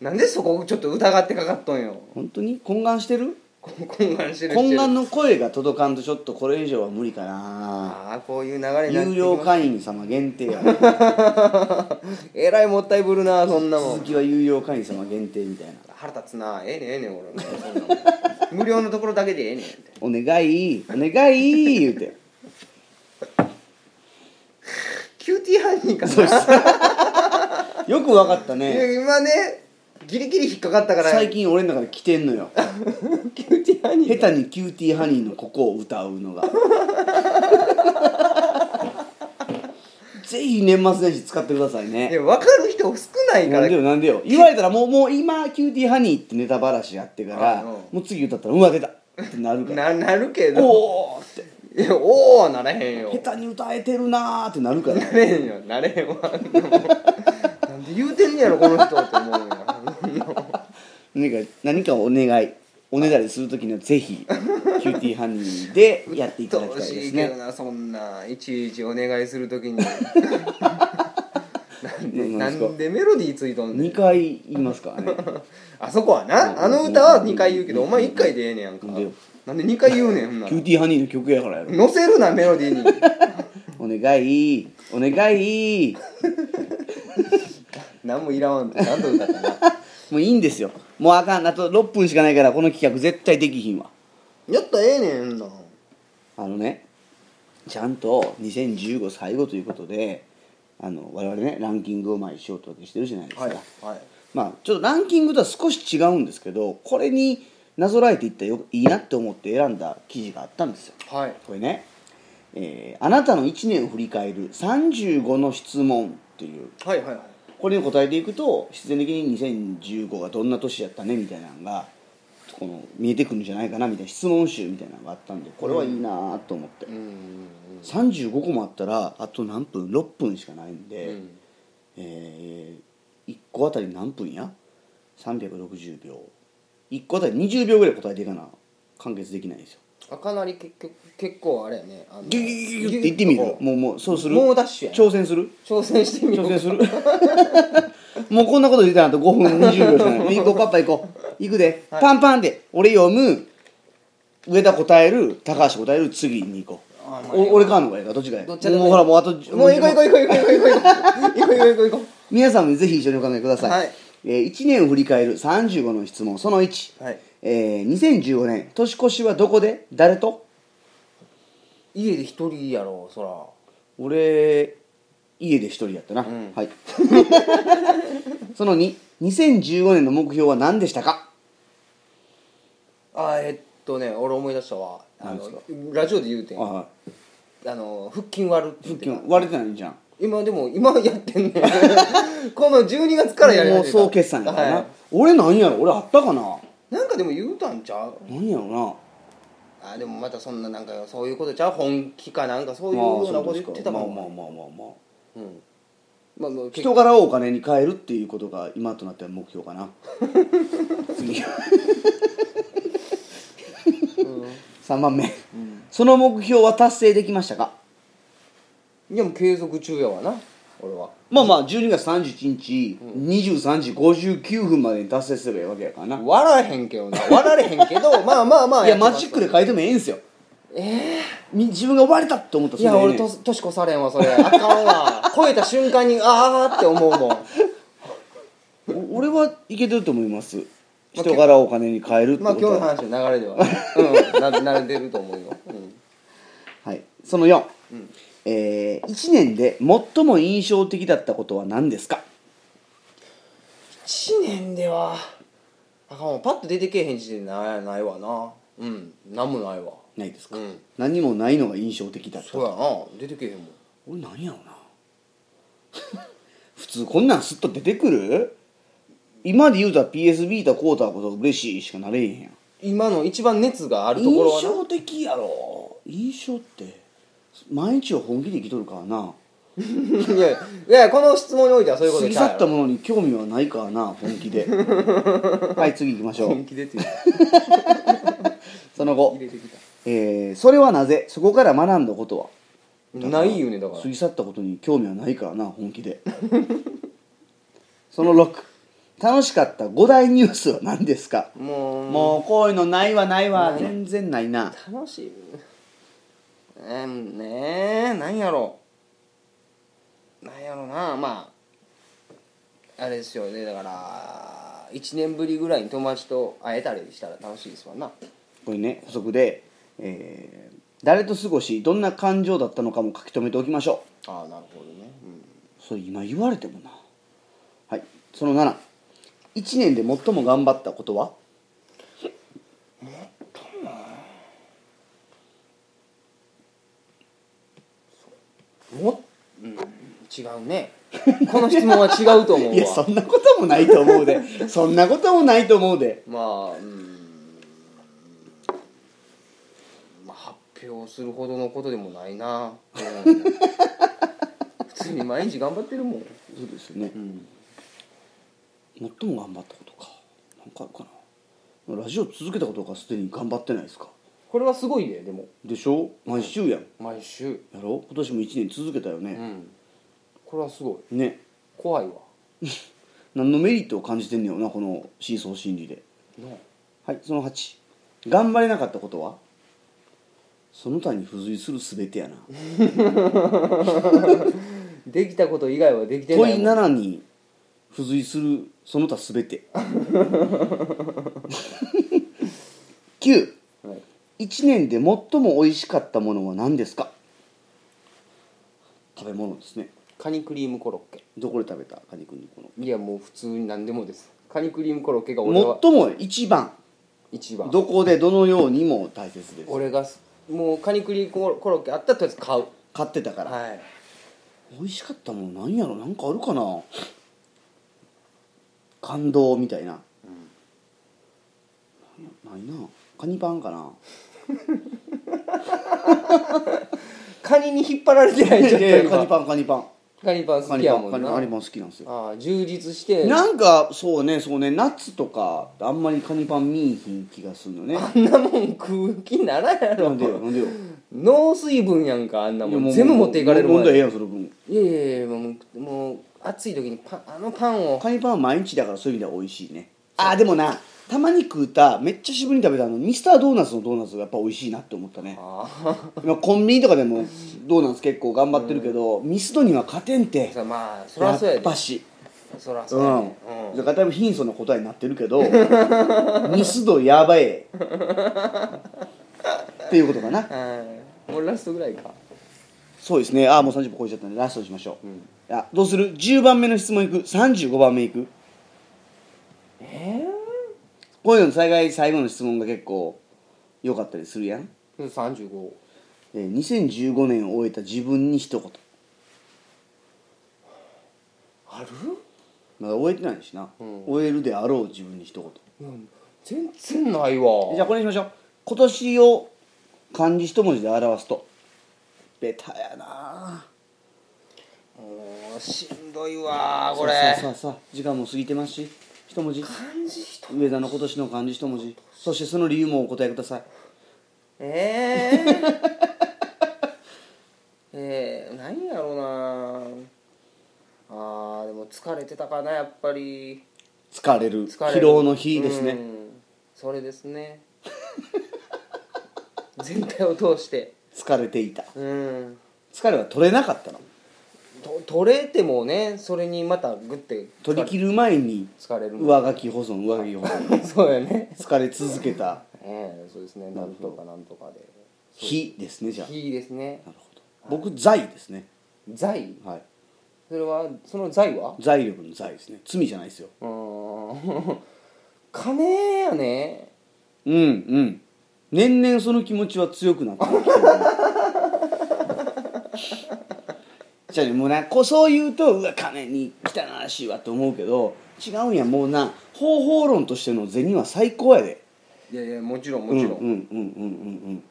[SPEAKER 2] なんでそこちょっと疑ってかかっとんよ
[SPEAKER 1] 本当に懇願してる
[SPEAKER 2] こ懇願してるして
[SPEAKER 1] 懇
[SPEAKER 2] る
[SPEAKER 1] 願の声が届かんとちょっとこれ以上は無理かな
[SPEAKER 2] ああこういう流れになって
[SPEAKER 1] 有
[SPEAKER 2] きま
[SPEAKER 1] 料
[SPEAKER 2] す
[SPEAKER 1] 会員様限定 や
[SPEAKER 2] えらいもったいぶるなそんなも
[SPEAKER 1] 続
[SPEAKER 2] ん
[SPEAKER 1] きは有料会員様限定みたいな
[SPEAKER 2] 腹立つなええねんええねん俺もうそんなもん無料のところだけでええねんって
[SPEAKER 1] お願いお願い言うて
[SPEAKER 2] キューティーハニーかな
[SPEAKER 1] よくわかった
[SPEAKER 2] い
[SPEAKER 1] ね
[SPEAKER 2] や今ねギリギリ引っかかったから
[SPEAKER 1] 最近俺の中で来てんのよ
[SPEAKER 2] キューティーハニー
[SPEAKER 1] 下手にキューティーハニーのここを歌う のがぜひ年末年始使ってください
[SPEAKER 2] い
[SPEAKER 1] ね
[SPEAKER 2] や分かる人少ないか
[SPEAKER 1] な
[SPEAKER 2] ら
[SPEAKER 1] んでよなんでよ言われたらもうもう今キューティーハニーってネタばらしやってから
[SPEAKER 2] うんうん
[SPEAKER 1] もう次歌ったらうわ出たってなるから
[SPEAKER 2] ななるけど
[SPEAKER 1] おおーって
[SPEAKER 2] いやおおはなれへんよ
[SPEAKER 1] 下手に歌えてるなーってなるから
[SPEAKER 2] なれへんよなれへんわあんなもんなんで言うてんねやろこの人って思うよ
[SPEAKER 1] 何か何かをお願いおねだりするときにはぜひキューティーハニーでやっていただきたいで
[SPEAKER 2] しい
[SPEAKER 1] す
[SPEAKER 2] け
[SPEAKER 1] ね
[SPEAKER 2] どなそんないちいちお願いするとき にな
[SPEAKER 1] なんです
[SPEAKER 2] んで
[SPEAKER 1] か
[SPEAKER 2] なんでメロディーついとんねん
[SPEAKER 1] 2回言いますからね
[SPEAKER 2] あそこはなあの歌は2回言うけどお前1回でええねやんか
[SPEAKER 1] なんでよ
[SPEAKER 2] なんで2回言うねんほんなら
[SPEAKER 1] キューティーハニーの曲やからやろ
[SPEAKER 2] 乗せるなメロディーに
[SPEAKER 1] お願いお願い
[SPEAKER 2] 何もいらんわんって何度歌ったな
[SPEAKER 1] もういいんですよもうあかんあと6分しかないからこの企画絶対できひんわ
[SPEAKER 2] やったらええねんほんな
[SPEAKER 1] あのねちゃんと2015最後ということであの我々ねランキングを毎週お届けしてるじゃないですか、
[SPEAKER 2] はい
[SPEAKER 1] まあ、ちょっとランキングとは少し違うんですけどこれになぞらえていったらよいいなって思って選んだ記事があったんですよ
[SPEAKER 2] はい
[SPEAKER 1] これね、えーあなたの1年を振り返る35の質問」っていう
[SPEAKER 2] はいはいはい
[SPEAKER 1] これに答えていくと必然的に2015がどんな年やったねみたいなのがこの見えてくるんじゃないかなみたいな質問集みたいなのがあったんでこれはいいなと思って、
[SPEAKER 2] うん
[SPEAKER 1] 35個もあったらあと何分6分しかないんで、
[SPEAKER 2] うん
[SPEAKER 1] え1個あたり何分や360秒1個あたり20秒ぐらい答えていかな完結できないんですよ
[SPEAKER 2] あかなり結局結構あれやねあの
[SPEAKER 1] ギュギュギュギュって言ってみる
[SPEAKER 2] ギュギュ
[SPEAKER 1] もうもうそうする
[SPEAKER 2] もうダッシュやね
[SPEAKER 1] 挑戦する
[SPEAKER 2] 挑戦してみよ
[SPEAKER 1] 挑
[SPEAKER 2] う
[SPEAKER 1] 戦するもうこんなこと出たらあと5分20秒しかない行こうパパ行こう行くで、
[SPEAKER 2] はい
[SPEAKER 1] パンパンで俺読む上田答える高橋答える次に行こう
[SPEAKER 2] あまあ
[SPEAKER 1] お俺かの方がいいかどっちがいい
[SPEAKER 2] どっちでもいい
[SPEAKER 1] もうほらもうあと
[SPEAKER 2] もう行こう行こう行こう行こう行こう行こう行こう行こう行こう行こう
[SPEAKER 1] 皆さんもぜひ一緒にお考えください、
[SPEAKER 2] はい
[SPEAKER 1] え1年を振り返る35の質問その1、
[SPEAKER 2] はい
[SPEAKER 1] えー2015年年越しはどこで誰と
[SPEAKER 2] 家で一人やろそら
[SPEAKER 1] 俺家で一人やったな、
[SPEAKER 2] ん
[SPEAKER 1] はい その22015年の目標は何でしたか
[SPEAKER 2] あえっとね俺思い出したわあの
[SPEAKER 1] 何で
[SPEAKER 2] ラジオで言うてん
[SPEAKER 1] あ
[SPEAKER 2] あ
[SPEAKER 1] はい
[SPEAKER 2] の腹筋割るって
[SPEAKER 1] 腹
[SPEAKER 2] 言って
[SPEAKER 1] 筋
[SPEAKER 2] た
[SPEAKER 1] 割れてないじゃん
[SPEAKER 2] 今でも今やってんね この12月からやり
[SPEAKER 1] も
[SPEAKER 2] 始
[SPEAKER 1] う
[SPEAKER 2] めた
[SPEAKER 1] 総決算やからな、
[SPEAKER 2] はい
[SPEAKER 1] 俺なんやろ俺あったかな
[SPEAKER 2] なんかでも言うたんちゃう
[SPEAKER 1] なんやろな
[SPEAKER 2] あでもまたそんななんかそういうことちゃう本気かなんかそういう
[SPEAKER 1] まあ
[SPEAKER 2] ようなこと言ってたか
[SPEAKER 1] まあ
[SPEAKER 2] も
[SPEAKER 1] まあまあまあまあ
[SPEAKER 2] うんまあまあ結
[SPEAKER 1] 人柄をお金に変えるっていうことが今となっては目標かな次3番目、その目標は達成できましたか
[SPEAKER 2] いやもう継続中やわな俺は
[SPEAKER 1] まあまあ12月31日、23時59分までに達成すればいいわけやからな、
[SPEAKER 2] 笑えへんけどな笑えへんけど まあまあまあ
[SPEAKER 1] いや
[SPEAKER 2] ってま
[SPEAKER 1] マ
[SPEAKER 2] す
[SPEAKER 1] ジックで書いてもええんすよええ自分が終われたって思ったら
[SPEAKER 2] いや
[SPEAKER 1] それ
[SPEAKER 2] 俺
[SPEAKER 1] でええ
[SPEAKER 2] と年越されんわそれあか んわ超えた瞬間にああって思うもん
[SPEAKER 1] ねんお俺はいけてると思います人柄をお金に変えるって
[SPEAKER 2] まあ
[SPEAKER 1] こ
[SPEAKER 2] 今日
[SPEAKER 1] とは、
[SPEAKER 2] の話の流れではね、うん、な慣れてると思うよ、うん
[SPEAKER 1] はい、その4、えー、1年で最も印象的だったことは何ですか
[SPEAKER 2] 1年ではあかんわパッと出てけえへん時点でないないわなうんなんもないわ
[SPEAKER 1] ないですか、
[SPEAKER 2] うん
[SPEAKER 1] 何もないのが印象的だった
[SPEAKER 2] そうやな出てけえへんもん
[SPEAKER 1] 俺何やろうな 普通こんなんすっと出てくる今で言うたら PS ビータこうたこと嬉しいしかなれへんやん
[SPEAKER 2] 今の一番熱があるところは
[SPEAKER 1] 印
[SPEAKER 2] な
[SPEAKER 1] 象的やろ印象って毎日を本気で生きとるからない
[SPEAKER 2] やいやこの質問においてはそういうこ
[SPEAKER 1] 過
[SPEAKER 2] と
[SPEAKER 1] ぎ
[SPEAKER 2] ち
[SPEAKER 1] 去
[SPEAKER 2] ゃう
[SPEAKER 1] っ
[SPEAKER 2] や
[SPEAKER 1] た
[SPEAKER 2] ろ
[SPEAKER 1] ものに興味はないからな本気で はい次行きましょう
[SPEAKER 2] 本気でっ ていう
[SPEAKER 1] その後
[SPEAKER 2] 入れてきた
[SPEAKER 1] えーそれはなぜそこから学んだことは
[SPEAKER 2] ないよねだから
[SPEAKER 1] 過ぎ去ったことに興味はないからな本気でその6楽しかった5大ニュースは何ですか、
[SPEAKER 2] もう
[SPEAKER 1] もうこういうのないわないわ
[SPEAKER 2] ない
[SPEAKER 1] 全然ないな
[SPEAKER 2] 楽しいえー、ねえなんやろなんやろなまああれですよねだから1年ぶりぐらいに友達と会えたりしたら楽しいですわな
[SPEAKER 1] これね補足で、えー誰と過ごしどんな感情だったのかも書き留めておきましょ
[SPEAKER 2] ああなるほどね、
[SPEAKER 1] うそれ今言われてもなはいその71年で最も頑張ったことは
[SPEAKER 2] うん、も、うん、違うねこの質問は違うと思う わ
[SPEAKER 1] いやそんなこともないと思うでそんなこともないと思うで
[SPEAKER 2] まあうんまあ発表するほどのことでもないな、うん普通に毎日頑張ってるもん
[SPEAKER 1] そうですよね、
[SPEAKER 2] ん
[SPEAKER 1] 最も頑張ったことかなんかあるかなラジオ続けたことがすでに頑張ってないですか
[SPEAKER 2] これはすごいねでも
[SPEAKER 1] でしょ毎週やん
[SPEAKER 2] 毎週
[SPEAKER 1] やろ今年も1年続けたよ
[SPEAKER 2] う
[SPEAKER 1] ね、
[SPEAKER 2] んこれはすごい
[SPEAKER 1] ね
[SPEAKER 2] 怖いわ
[SPEAKER 1] 何のメリットを感じてんねよなこのシーソー心理で
[SPEAKER 2] なあ
[SPEAKER 1] はいその8頑張れなかったことはその他に付随する全てやな
[SPEAKER 2] できたこと以外はできてな
[SPEAKER 1] 問
[SPEAKER 2] い
[SPEAKER 1] い
[SPEAKER 2] もん
[SPEAKER 1] 7に付随するその他全て 91
[SPEAKER 2] はい
[SPEAKER 1] 年で最も美味しかったものは何ですか食べ物ですね
[SPEAKER 2] カニクリームコロッケ
[SPEAKER 1] どこで食べたカニ君にこの
[SPEAKER 2] いやもう普通に何でもですカニクリームコロッケが俺は
[SPEAKER 1] 最も一番
[SPEAKER 2] 一番
[SPEAKER 1] どこでどのようにも大切です
[SPEAKER 2] 俺がすもうカニクリームコロコロッケあったらとりあえず買う
[SPEAKER 1] 買ってたから、
[SPEAKER 2] はい
[SPEAKER 1] 美味しかったものなんやろなんかあるかな感動みたいな、なんやないなカニパンかな
[SPEAKER 2] カニに引っ張られてないいちょっと
[SPEAKER 1] やいやカニ
[SPEAKER 2] 今
[SPEAKER 1] パンカニパン
[SPEAKER 2] カニパン
[SPEAKER 1] カ
[SPEAKER 2] 好き
[SPEAKER 1] ニ
[SPEAKER 2] や
[SPEAKER 1] パ
[SPEAKER 2] も
[SPEAKER 1] ンカ
[SPEAKER 2] ん
[SPEAKER 1] ニ
[SPEAKER 2] な
[SPEAKER 1] パンカニ
[SPEAKER 2] あ
[SPEAKER 1] パン好きなんですよ
[SPEAKER 2] あ充実して
[SPEAKER 1] なんかそうねそうね夏とかあんまりカニパン見いひん気がするのね
[SPEAKER 2] あんなもん食う気ならんや
[SPEAKER 1] な
[SPEAKER 2] ろ
[SPEAKER 1] んでよなんでよ
[SPEAKER 2] 農水分やんかあんないも
[SPEAKER 1] や
[SPEAKER 2] ん全部持っていかれる
[SPEAKER 1] も
[SPEAKER 2] も
[SPEAKER 1] ん
[SPEAKER 2] ん
[SPEAKER 1] だええやんその分
[SPEAKER 2] いやいやいやもうもう暑い時にパンあのパンを
[SPEAKER 1] カニパンは毎日だからそういう意味では美味しいねあでもなたまに食うためっちゃ渋に食べたあのミスタードーナツのドーナツがやっぱ美味しいなって思ったね
[SPEAKER 2] あー
[SPEAKER 1] 今コンビニとかでもドーナツ結構頑張ってるけど、ミスドには勝てんて
[SPEAKER 2] そうまあそらそう
[SPEAKER 1] や
[SPEAKER 2] や
[SPEAKER 1] っ
[SPEAKER 2] で
[SPEAKER 1] ぱし
[SPEAKER 2] そらそううや
[SPEAKER 1] ん
[SPEAKER 2] で、うん
[SPEAKER 1] だから多分貧相な答えになってるけど ミスドやばいっていうことかな
[SPEAKER 2] はいもうラストぐらいか
[SPEAKER 1] そうですねああもう30分超えちゃったんでラストにしましょう、あどうする10番目の質問いく35番目いく
[SPEAKER 2] え
[SPEAKER 1] こういうの災害最後の質問が結構良かったりするやん、
[SPEAKER 2] え35
[SPEAKER 1] えー2015年を終えた自分に一言
[SPEAKER 2] ある
[SPEAKER 1] まだ終えてないしな、
[SPEAKER 2] うん
[SPEAKER 1] 終えるであろう自分に一言
[SPEAKER 2] うん全然ないわ
[SPEAKER 1] じゃあこれにしましょう今年を漢字一文字で表すとベタやな
[SPEAKER 2] もうしんどいわこれ
[SPEAKER 1] さあさあさあ時間も過ぎてますし一文字
[SPEAKER 2] 漢字一
[SPEAKER 1] 上田の今年の漢字一文字そしてその理由もお答えください
[SPEAKER 2] えー、えー、何やろうなあーでも疲れてたかなやっぱり
[SPEAKER 1] 疲れる
[SPEAKER 2] 疲れ
[SPEAKER 1] 疲
[SPEAKER 2] る
[SPEAKER 1] 労の日です
[SPEAKER 2] う
[SPEAKER 1] ね
[SPEAKER 2] んそれですね 全体を通して
[SPEAKER 1] 疲れていた
[SPEAKER 2] うん
[SPEAKER 1] 疲れは取れなかったの
[SPEAKER 2] と取れてもねそれにまたグッて
[SPEAKER 1] 取り切る前に
[SPEAKER 2] 疲れるもん
[SPEAKER 1] 上書き保存上書き保存
[SPEAKER 2] そうやね
[SPEAKER 1] 疲れ続けた
[SPEAKER 2] ええそうですねなんとかなんとかで
[SPEAKER 1] 日ですねじゃあなる
[SPEAKER 2] 非ですね
[SPEAKER 1] ほど僕財ですね
[SPEAKER 2] 財
[SPEAKER 1] はい
[SPEAKER 2] それはその財は
[SPEAKER 1] 財力の財ですね罪じゃないですよ
[SPEAKER 2] うーん 金やね
[SPEAKER 1] うんうん年々その気持ちは強くなってきてるじゃあねもうなこうそう言うとうわ金に汚らしいわって思うけど違うんやもうな方法論としての銭は最高やで
[SPEAKER 2] いやいやもちろんもちろん、
[SPEAKER 1] うんうんうんうんうん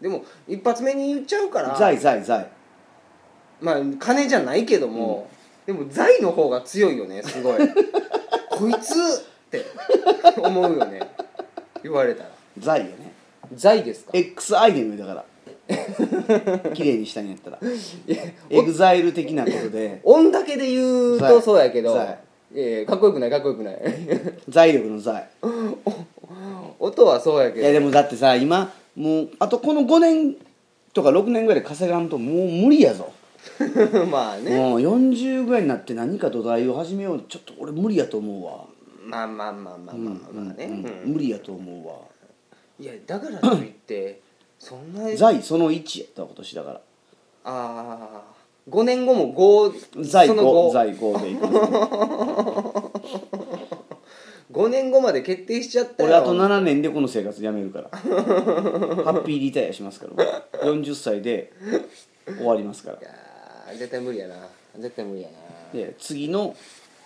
[SPEAKER 2] でも一発目に言っちゃうか
[SPEAKER 1] う
[SPEAKER 2] ら
[SPEAKER 1] ん財財財
[SPEAKER 2] まあ金じゃないけども、でも財の方が強いよねすご いこいつって思うよね言われたら
[SPEAKER 1] 財よね
[SPEAKER 2] 財ですか
[SPEAKER 1] X アイデムだから 綺麗にしたいんやったら
[SPEAKER 2] いや
[SPEAKER 1] エグザイル的なことで
[SPEAKER 2] 音だけで言うと
[SPEAKER 1] 財
[SPEAKER 2] そうやけど
[SPEAKER 1] 財
[SPEAKER 2] いやいやかっこよくないかっこよ くない
[SPEAKER 1] 財力の財
[SPEAKER 2] 音はそうやけ
[SPEAKER 1] い
[SPEAKER 2] ど
[SPEAKER 1] やでもだってさ今もうあとこの5年とか6年ぐらいで稼がんともう無理やぞ
[SPEAKER 2] まあね
[SPEAKER 1] もう40ぐらいになって何か土台を始めようちょっと俺無理やと思うわ
[SPEAKER 2] まあまあまあまあまあまあまあね、
[SPEAKER 1] うん
[SPEAKER 2] うん
[SPEAKER 1] 無理やと思うわ
[SPEAKER 2] いやだからといって そんな
[SPEAKER 1] 財その1やったわ今年だから
[SPEAKER 2] ああ5年後も5
[SPEAKER 1] 財
[SPEAKER 2] その
[SPEAKER 1] 5
[SPEAKER 2] 5,
[SPEAKER 1] 財5でいく
[SPEAKER 2] 5年後まで決定しちゃった
[SPEAKER 1] 俺あと7年でこの生活やめるから ハッピーリタイアしますから俺40歳で終わりますから
[SPEAKER 2] いやー絶対無理やな絶対無理やな
[SPEAKER 1] で次の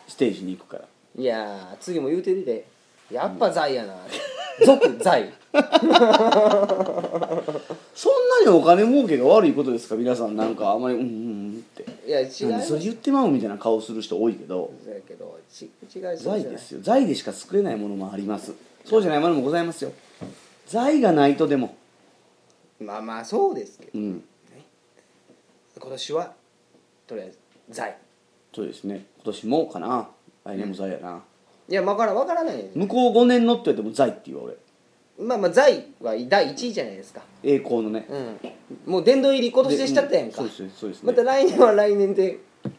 [SPEAKER 1] ステージに行くから
[SPEAKER 2] いやー次も言うてるでやっぱ財やな俗財
[SPEAKER 1] そんなにお金儲けが悪いことですか皆さんなんかあんまりうんうんうんって
[SPEAKER 2] いや違う
[SPEAKER 1] なんでそれ言ってまうみたいな顔する人多いけど
[SPEAKER 2] そうやけどち違う
[SPEAKER 1] 財
[SPEAKER 2] そうじゃ
[SPEAKER 1] で
[SPEAKER 2] ない
[SPEAKER 1] すよ財でしか作れないものもありますそうじゃないものもございますよ財がないとでも
[SPEAKER 2] まあまあそうですけど
[SPEAKER 1] うん
[SPEAKER 2] 今年はとりあえず財
[SPEAKER 1] そうですね今年もかな来年も財やな、
[SPEAKER 2] いや分からん分からないです
[SPEAKER 1] 向こう5年のって言っても財って言うわ
[SPEAKER 2] まあまあ財は第1位じゃないですか
[SPEAKER 1] 俺栄光のね
[SPEAKER 2] うんもう殿堂入り今年でしちゃったやんか、
[SPEAKER 1] でうそうですそうです、ね
[SPEAKER 2] また来年は来年で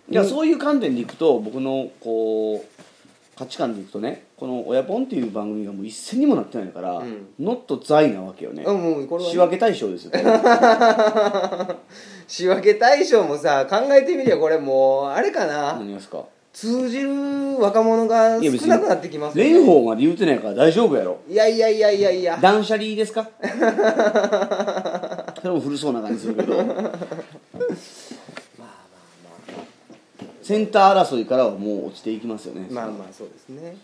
[SPEAKER 1] いやそういう観点でいくと僕のこう価値観でいくとねこの「親ポン」っていう番組がもう一銭にもなってないから、
[SPEAKER 2] うん
[SPEAKER 1] ノット財なわけよね、
[SPEAKER 2] うんもうこれはね
[SPEAKER 1] 仕分け対象ですよ
[SPEAKER 2] 仕分け大賞もさ考えてみりゃこれもうあれかな、
[SPEAKER 1] 何ですか
[SPEAKER 2] 通じる若者が
[SPEAKER 1] いや
[SPEAKER 2] 少
[SPEAKER 1] 別に
[SPEAKER 2] なくなってきますよね
[SPEAKER 1] 蓮舫まで言うてないから大丈夫やろ
[SPEAKER 2] いやいやいやいやいや
[SPEAKER 1] 断捨離 ですかそれも古そうな感じするけど センター争いからはもう落ちていきますよね、
[SPEAKER 2] まあまあそうですね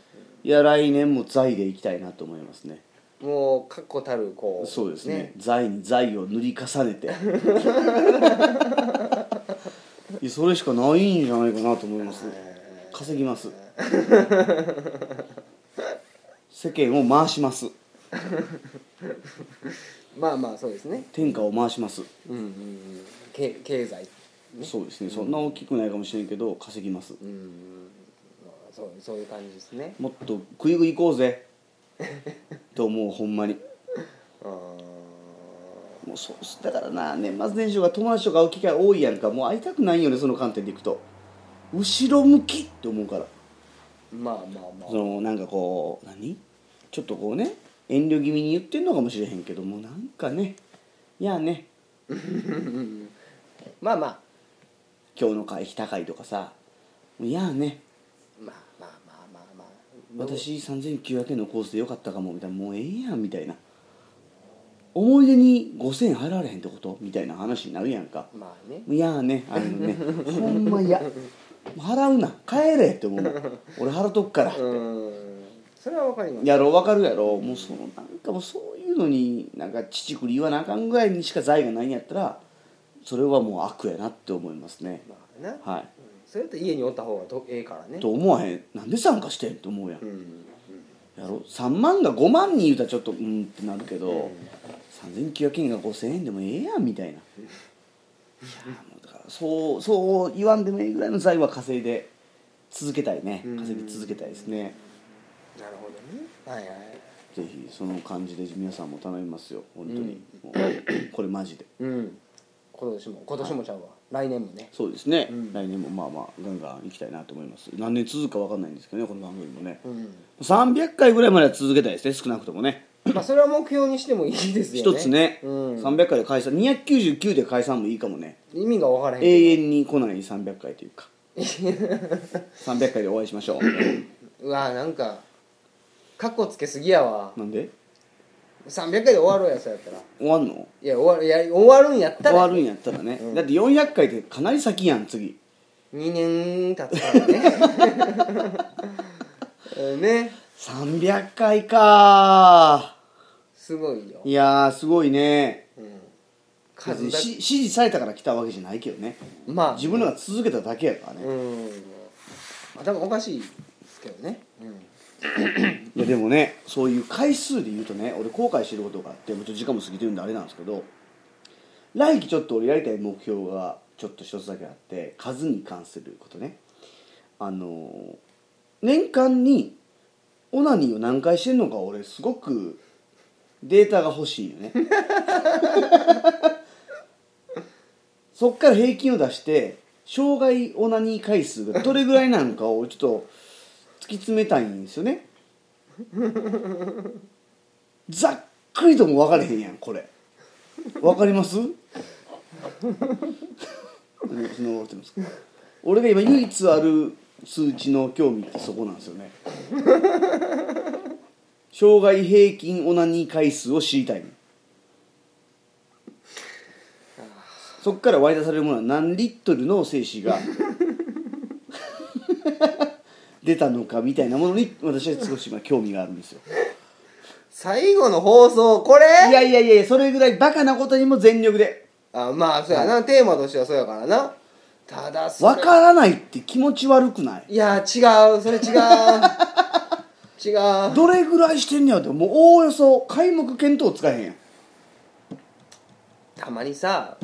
[SPEAKER 1] いや来年も財でいきたいなと思いますね
[SPEAKER 2] もう確固たるこう
[SPEAKER 1] そうですね財に財を塗り重 ねていやそれしかないんじゃないかなと思います稼ぎます世間を回します
[SPEAKER 2] まあまあそうですね
[SPEAKER 1] 天下を回します
[SPEAKER 2] うんうんうんけ経済ね
[SPEAKER 1] そうですね、そんな大きくないかもしれんけど稼ぎます、
[SPEAKER 2] うんまあそうそういう感じですね
[SPEAKER 1] もっとグイグイ行こう ぜと思うほんまに
[SPEAKER 2] うん
[SPEAKER 1] もうそうだからな年末年始が友達とか会う機会多いやんかもう会いたくないよねその観点でいくと後ろ向きって思うから
[SPEAKER 2] まあまあまあ
[SPEAKER 1] そのなんかこう何ちょっとこうね遠慮気味に言ってんのかもしれへんけどもなんかねいやね
[SPEAKER 2] まあまあ
[SPEAKER 1] 今日の会費高いとかさいやね
[SPEAKER 2] まあまあまあまあまあ
[SPEAKER 1] 私3900円のコースでよかったかもみたいなもうええやんみたいな思い出に5000円入られへんってことみたいな話になるやんか
[SPEAKER 2] まあね
[SPEAKER 1] いやーねあのねほんま嫌払うな帰れって思う俺払っとくから
[SPEAKER 2] うんそれはわかります
[SPEAKER 1] やろわかるやろもうそのなんかもうそういうのになんか乳くり言わなあかんぐらいにしか財がないんやったらそれはもう悪やなって思いますね
[SPEAKER 2] まあな、
[SPEAKER 1] は
[SPEAKER 2] うんそれだと家におった方がとええからね
[SPEAKER 1] いと思わへんなんで参加してんと思うやん
[SPEAKER 2] うんうん
[SPEAKER 1] やろ3万が5万に言うたらちょっとうんってなるけど、
[SPEAKER 2] うん
[SPEAKER 1] 3900円が5000円でもええやんみたいな、いやもうだからそうそう言わんでもええぐらいの財は稼いで続けたいね
[SPEAKER 2] うん
[SPEAKER 1] 稼ぎ続けたいですね、
[SPEAKER 2] なるほどねはいはい
[SPEAKER 1] ぜひその感じで皆さんも頼みますよ本当に、もうこれマジで
[SPEAKER 2] うん今年も今年もちゃうわ、来年もね
[SPEAKER 1] そうですね、
[SPEAKER 2] うん
[SPEAKER 1] 来年もまあまあガンガン行きたいなと思います何年続くか分かんないんですけどねこの番組もね、
[SPEAKER 2] うん
[SPEAKER 1] 300回ぐらいまでは続けたいですね少なくともね
[SPEAKER 2] まあそれは目標にしてもいいですよ
[SPEAKER 1] 一
[SPEAKER 2] ね
[SPEAKER 1] つね、
[SPEAKER 2] うん、
[SPEAKER 1] 300回で解散299で解散もいいかもね
[SPEAKER 2] 意味が分からへんけど
[SPEAKER 1] 永遠に来ない300回という か300回でお会いしましょう
[SPEAKER 2] うわなんかカッコつけすぎやわ
[SPEAKER 1] なんで
[SPEAKER 2] 300回で終わろうやそうやったらい
[SPEAKER 1] 終わんの
[SPEAKER 2] や終わるや終わるんやった
[SPEAKER 1] 終
[SPEAKER 2] ら
[SPEAKER 1] わるんやったらね、
[SPEAKER 2] うん
[SPEAKER 1] だって400回ってかなり先やん次
[SPEAKER 2] 2年経つからねうんね
[SPEAKER 1] 300回か
[SPEAKER 2] すごいよ
[SPEAKER 1] いやーすごいね
[SPEAKER 2] うん
[SPEAKER 1] 別
[SPEAKER 2] 数
[SPEAKER 1] に
[SPEAKER 2] だ
[SPEAKER 1] し指示されたから来たわけじゃないけどね
[SPEAKER 2] まあ
[SPEAKER 1] 自分のが続けただけやからね、
[SPEAKER 2] うんまあ多分おかしいですけどねうん
[SPEAKER 1] いやでもねそういう回数で言うとね俺後悔してることがあってもうちょっと時間も過ぎてるんであれなんですけど来期ちょっと俺やりたい目標がちょっと一つだけあって数に関することねあの年間にオナニーを何回してんのか俺すごくデータが欲しいよね そっから平均を出して障害オナニー回数がどれぐらいなのかをちょっと突き詰めたいんですよねざっくりとも分かれへんやんこれ分かります何その笑ってますか俺が今唯一ある数値の興味ってそこなんですよね障害平均オナニー回数を知りたいのそっから割り出されるものは何リットルの精子が出たのかみたいなものに私は少し今興味があるんですよ
[SPEAKER 2] 最後の放送これ
[SPEAKER 1] いやいやいやそれぐらいバカなことにも全力で
[SPEAKER 2] あまあそうやなテーマとしてはそうやからなただそれ
[SPEAKER 1] 分からないって気持ち悪くない
[SPEAKER 2] いや違うそ れ違う違う
[SPEAKER 1] どれぐらいしてんねやってもうおおよそ皆目見当つかへんやん
[SPEAKER 2] たまにさ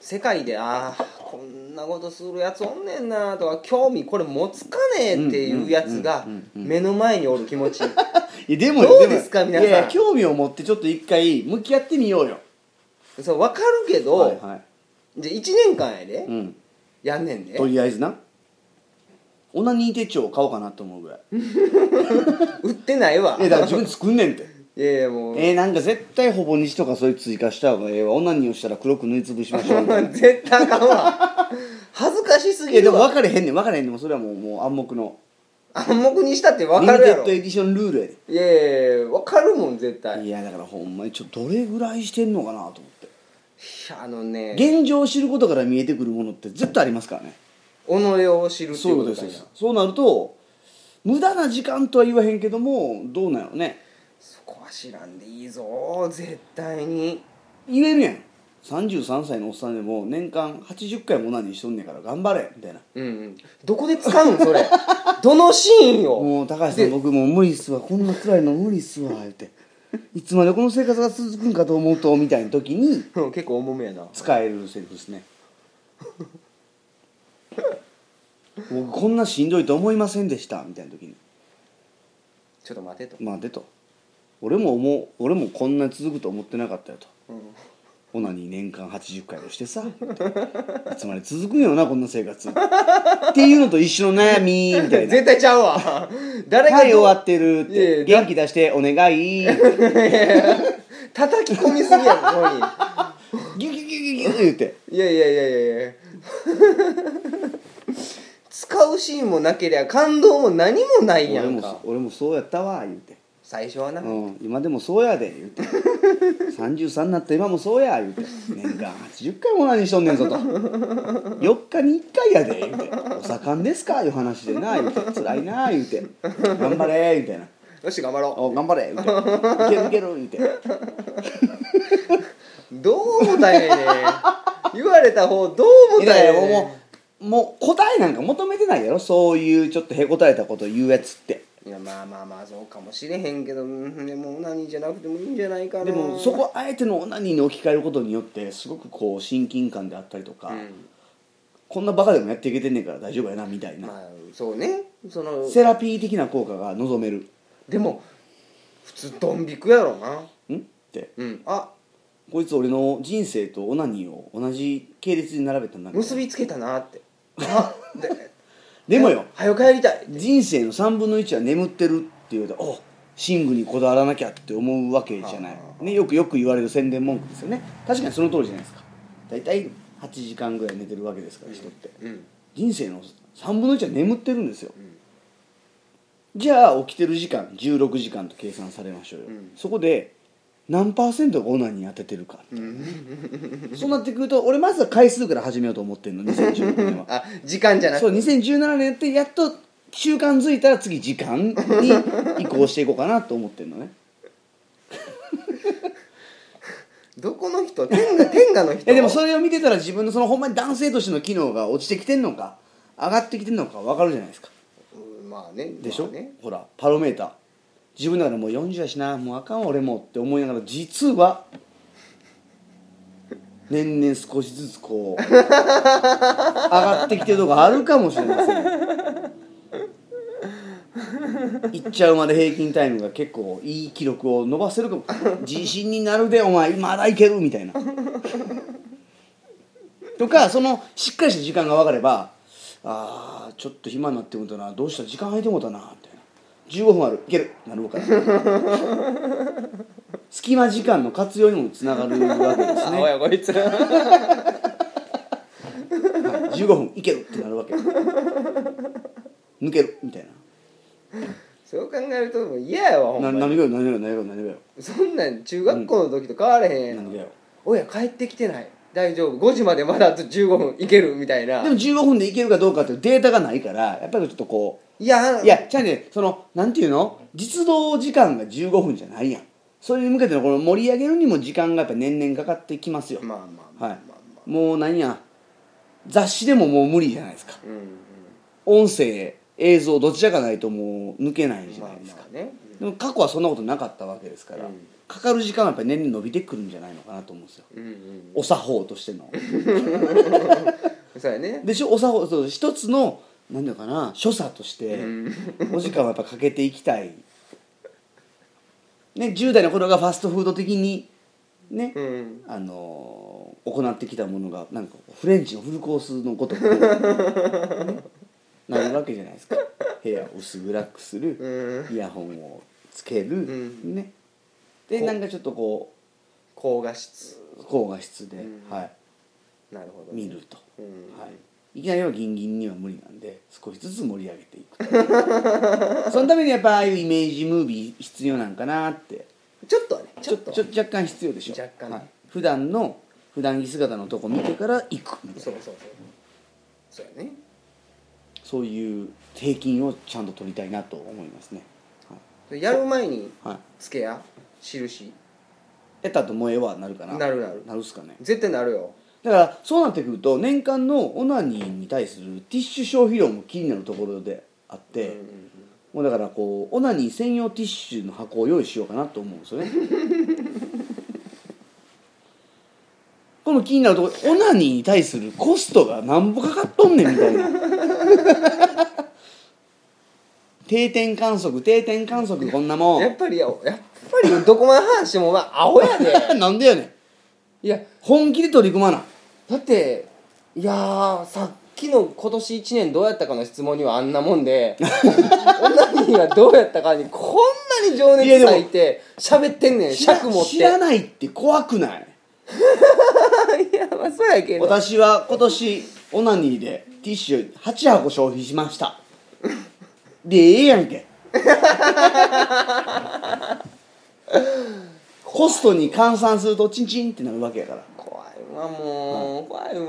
[SPEAKER 2] 世界でああこんなことするやつおんねんなとか興味これ持つかねえっていうやつが目の前におる気 持ち
[SPEAKER 1] いやでも
[SPEAKER 2] どう
[SPEAKER 1] も
[SPEAKER 2] ですか皆さん
[SPEAKER 1] いやいや興味を持ってちょっと一回向き合ってみようよ
[SPEAKER 2] そう分かるけど、
[SPEAKER 1] はいはい
[SPEAKER 2] じゃあ1年間やで、
[SPEAKER 1] うん、
[SPEAKER 2] やんねんで
[SPEAKER 1] とりあえずなオナニー手帳を買おうかなと思うぐらい
[SPEAKER 2] 売ってないわ
[SPEAKER 1] えだから自分作んねん って
[SPEAKER 2] いやいやもう、
[SPEAKER 1] えー、なんか絶対ほぼ日とかそういう追加した方がええわオナニーをしたら黒く塗りつぶしましょうみたいな
[SPEAKER 2] 絶対あかんわ恥ずかしす
[SPEAKER 1] いや
[SPEAKER 2] ぎ
[SPEAKER 1] で
[SPEAKER 2] る
[SPEAKER 1] も
[SPEAKER 2] わ
[SPEAKER 1] 分かれへんねん分かれへんねんもうそれはもうもう暗黙の
[SPEAKER 2] 暗黙にしたって分
[SPEAKER 1] リ
[SPEAKER 2] か
[SPEAKER 1] ミ
[SPEAKER 2] る
[SPEAKER 1] テ
[SPEAKER 2] や
[SPEAKER 1] ッ
[SPEAKER 2] ろ
[SPEAKER 1] ドエディションルールやで
[SPEAKER 2] いやいやいや分かるもん絶対
[SPEAKER 1] い
[SPEAKER 2] い
[SPEAKER 1] やだからほんまにちょっとどれぐらいしてんのかなと思って
[SPEAKER 2] やあのね
[SPEAKER 1] 現状を知ることから見えてくるものって絶対ありますからね
[SPEAKER 2] 己を知るって
[SPEAKER 1] そう
[SPEAKER 2] い
[SPEAKER 1] いうう
[SPEAKER 2] こ
[SPEAKER 1] ことと
[SPEAKER 2] で
[SPEAKER 1] ですすそ
[SPEAKER 2] よ
[SPEAKER 1] うですそうなると無駄な時間とは言わへんけどもどうなのね
[SPEAKER 2] そこは知らんでいいぞ絶対に
[SPEAKER 1] 言えるやん33歳のおっさんでも年間80回もオナニーしとんねんから頑張れみたいな
[SPEAKER 2] うん、うん、どこで使うん それどのシーンよ
[SPEAKER 1] もう高橋さん僕もう無理っすわこんな辛いの無理っすわ言うていつまでこの生活が続くんかと思うとみたいな時に
[SPEAKER 2] うん結構重めやな
[SPEAKER 1] 使えるセリフですね 僕こんなしんどいと思いませんでしたみたいな時に
[SPEAKER 2] ちょっと待てと
[SPEAKER 1] 「まあで」と「俺も思う俺もこんなに続くと思ってなかったよ」と
[SPEAKER 2] うん
[SPEAKER 1] 「オナに年間80回をしてさ」 いつまで続くんよなこんな生活」っていうのと一緒 の悩みみたいな
[SPEAKER 2] 絶対ちゃう わ誰が
[SPEAKER 1] はい終
[SPEAKER 2] どう
[SPEAKER 1] わってるっ
[SPEAKER 2] いやいや
[SPEAKER 1] て元気出してお願いギュ
[SPEAKER 2] 叩き込みすぎやろここに
[SPEAKER 1] ギュギュギュギュギュ言って
[SPEAKER 2] いやいやいやいやい や使うシーンもなけりゃ感動も何もないや
[SPEAKER 1] 俺
[SPEAKER 2] ん
[SPEAKER 1] も
[SPEAKER 2] か
[SPEAKER 1] そ俺もそうやったわ言って、
[SPEAKER 2] 最初はな、
[SPEAKER 1] うん、今でもそうやで言って33になった今もそうや言って年間80回も何しとんねんぞと4日に1回やで言ってお盛んですかいう話でな言うて辛いな言うて頑張れみたいな
[SPEAKER 2] よし頑張ろ
[SPEAKER 1] お頑張れ言うていけるいける言うて
[SPEAKER 2] うどう思ったんやね言われた方どう思っ
[SPEAKER 1] い
[SPEAKER 2] たん
[SPEAKER 1] や
[SPEAKER 2] や
[SPEAKER 1] いや
[SPEAKER 2] ね
[SPEAKER 1] もうもう答えなんか求めてないやろそういうちょっとへこたれたこと言うやつって
[SPEAKER 2] いやまあまあまあそうかもしれへんけどうんでも何じゃなくてもいいんじゃないかな
[SPEAKER 1] でもそこあえてのオナニーに置き換えることによってすごくこう親近感であったりとか、
[SPEAKER 2] うん
[SPEAKER 1] こんなバカでもやっていけてんねんから大丈夫やなみたいな、
[SPEAKER 2] まあそうねその
[SPEAKER 1] セラピー的な効果が望める
[SPEAKER 2] でも普通ドン引くやろなん
[SPEAKER 1] って
[SPEAKER 2] うんあ
[SPEAKER 1] こいつ俺の人生とオナニーを同じ系列に並べたんだ
[SPEAKER 2] 結びつけたなってあで
[SPEAKER 1] でもよ
[SPEAKER 2] 早く帰りたい
[SPEAKER 1] 人生の3分の1は眠ってるって言うとお寝具にこだわらなきゃって思うわけじゃな
[SPEAKER 2] はいあは、
[SPEAKER 1] ね、よくよく言われる宣伝文句ですよね確かにその通りじゃないですか大体8時間ぐらい寝てるわけですから人って、
[SPEAKER 2] うん
[SPEAKER 1] 人生の3分の1は眠ってるんですよ、じゃあ起きてる時間16時間と計算されましょうよ、
[SPEAKER 2] うん
[SPEAKER 1] そこで何パーセントがオナニーに当ててるか、そうなってくると俺まずは回数から始めようと思ってるの2016年 は
[SPEAKER 2] あ時間じゃなくて
[SPEAKER 1] そう2017年やってやっと習慣づいたら次時間に移行していこうかなと思ってるのね
[SPEAKER 2] どこの人天下天下の人
[SPEAKER 1] えでもそれを見てたら自分のそのほんまに男性としての機能が落ちてきてんのか上がってきてんのか分かるじゃないですか
[SPEAKER 2] うんまあね
[SPEAKER 1] でしょ、
[SPEAKER 2] まあね
[SPEAKER 1] ほらパロメーター自分だからもう40やしなもうあかんわ俺もって思いながら実は年々少しずつこ う上がってきてるとこあるかもしれませんいっちゃうまで平均タイムが結構いい記録を伸ばせるか も自信になるでお前まだいけるみたいなとかそのしっかりした時間が分かればあーちょっと暇になってもうたなどうした時間空いてもうたなみたいな15分あるいけるなる から隙間時間の活用にもつながるわけです
[SPEAKER 2] あ
[SPEAKER 1] ね
[SPEAKER 2] おや こいつは
[SPEAKER 1] 15分いけるってなる わけ抜けるみたい
[SPEAKER 2] そう考えるともう嫌やわほん
[SPEAKER 1] なな
[SPEAKER 2] ま
[SPEAKER 1] 何
[SPEAKER 2] に
[SPEAKER 1] がよ何がよ何がよ何がよ
[SPEAKER 2] そんなん中学校の時と変われへんや
[SPEAKER 1] 何が
[SPEAKER 2] ん
[SPEAKER 1] よ
[SPEAKER 2] おや帰ってきてない大丈夫5時までまだあと15分いけるみたいな
[SPEAKER 1] でも15分でいけるかどうかっていうデータがないからやっぱりちょっとこ
[SPEAKER 2] いや
[SPEAKER 1] ういやじゃあねそのなんていうの実動時間が15分じゃないやんそれに向けてのこの盛り上げるにも時間がやっぱ年々かかってきますよ、
[SPEAKER 2] まあまあまあまあ、
[SPEAKER 1] はいもう何や雑誌でももう無理じゃないですか
[SPEAKER 2] うんうん
[SPEAKER 1] 音声映像どちらかないともう抜けないじゃ
[SPEAKER 2] まあ
[SPEAKER 1] ないですか、
[SPEAKER 2] まあね
[SPEAKER 1] でも過去はそんなことなかったわけですから、
[SPEAKER 2] うん
[SPEAKER 1] かかる時間はやっぱり年々伸びてくるんじゃないのかなと思うんですよ
[SPEAKER 2] うんうん
[SPEAKER 1] お作法としての
[SPEAKER 2] そうやね
[SPEAKER 1] でしょお作法そう一つの何だかな所作とし
[SPEAKER 2] う
[SPEAKER 1] て
[SPEAKER 2] ん
[SPEAKER 1] お時間はやっぱかけていきたい、ね、10代の頃がファストフード的にね、
[SPEAKER 2] うん
[SPEAKER 1] あの行ってきたものがなんかフレンチのフルコースのごとく、ね なるわけじゃないですか部屋を薄暗くする、
[SPEAKER 2] う
[SPEAKER 1] イヤホンをつける、
[SPEAKER 2] ん
[SPEAKER 1] ねで
[SPEAKER 2] こ
[SPEAKER 1] なんかちょっとこ
[SPEAKER 2] 高画質
[SPEAKER 1] う高画質で、
[SPEAKER 2] うん
[SPEAKER 1] はい、
[SPEAKER 2] なるほどね
[SPEAKER 1] 見ると、
[SPEAKER 2] うん
[SPEAKER 1] はい、いきなりはギンギンには無理なんで少しずつ盛り上げていくと そのためにやっぱああいうイメージムービー必要なんかなって
[SPEAKER 2] ちょっとはねちょっとは
[SPEAKER 1] ちょ若干必要でしょ
[SPEAKER 2] 若干ね
[SPEAKER 1] はい、普段の普段着姿のとこ見てから行くみた
[SPEAKER 2] そ
[SPEAKER 1] いうな
[SPEAKER 2] そうそうそうやね
[SPEAKER 1] そういう平均をちゃんと取りたいなと思いますね
[SPEAKER 2] やる前に
[SPEAKER 1] はい、はい、
[SPEAKER 2] つけや印
[SPEAKER 1] やったともええわなるかな
[SPEAKER 2] なるなる
[SPEAKER 1] なるっすかね
[SPEAKER 2] 絶対なるよ
[SPEAKER 1] だからそうなってくると年間のオナニーに対するティッシュ消費量も気になるところであって、
[SPEAKER 2] うんうんうん
[SPEAKER 1] もうだからこうオナニー専用ティッシュの箱を用意しようかなと思うんですよね ここれも気になるとこオナニーに対するコストがなんぼかかっとんねんみたいな 定点観測定点観測こんなも
[SPEAKER 2] や
[SPEAKER 1] ん
[SPEAKER 2] っぱりややっぱりどこまで話してもお前アホやで
[SPEAKER 1] なんでやねん
[SPEAKER 2] いや
[SPEAKER 1] 本気で取り組まな
[SPEAKER 2] だっていやーさっきの今年1年どうやったかの質問にはあんなもんで オナニーがどうやったかにこんなに情熱
[SPEAKER 1] いやでも
[SPEAKER 2] 咲いて喋ってんねん
[SPEAKER 1] 知ら
[SPEAKER 2] 尺持って
[SPEAKER 1] 知らないって怖くない
[SPEAKER 2] いやまあそうやけど
[SPEAKER 1] 私は今年オナニーでティッシュ8箱消費しましたでええやんけコストに換算するとチンチンってなるわけやから
[SPEAKER 2] 怖いわもう怖いわ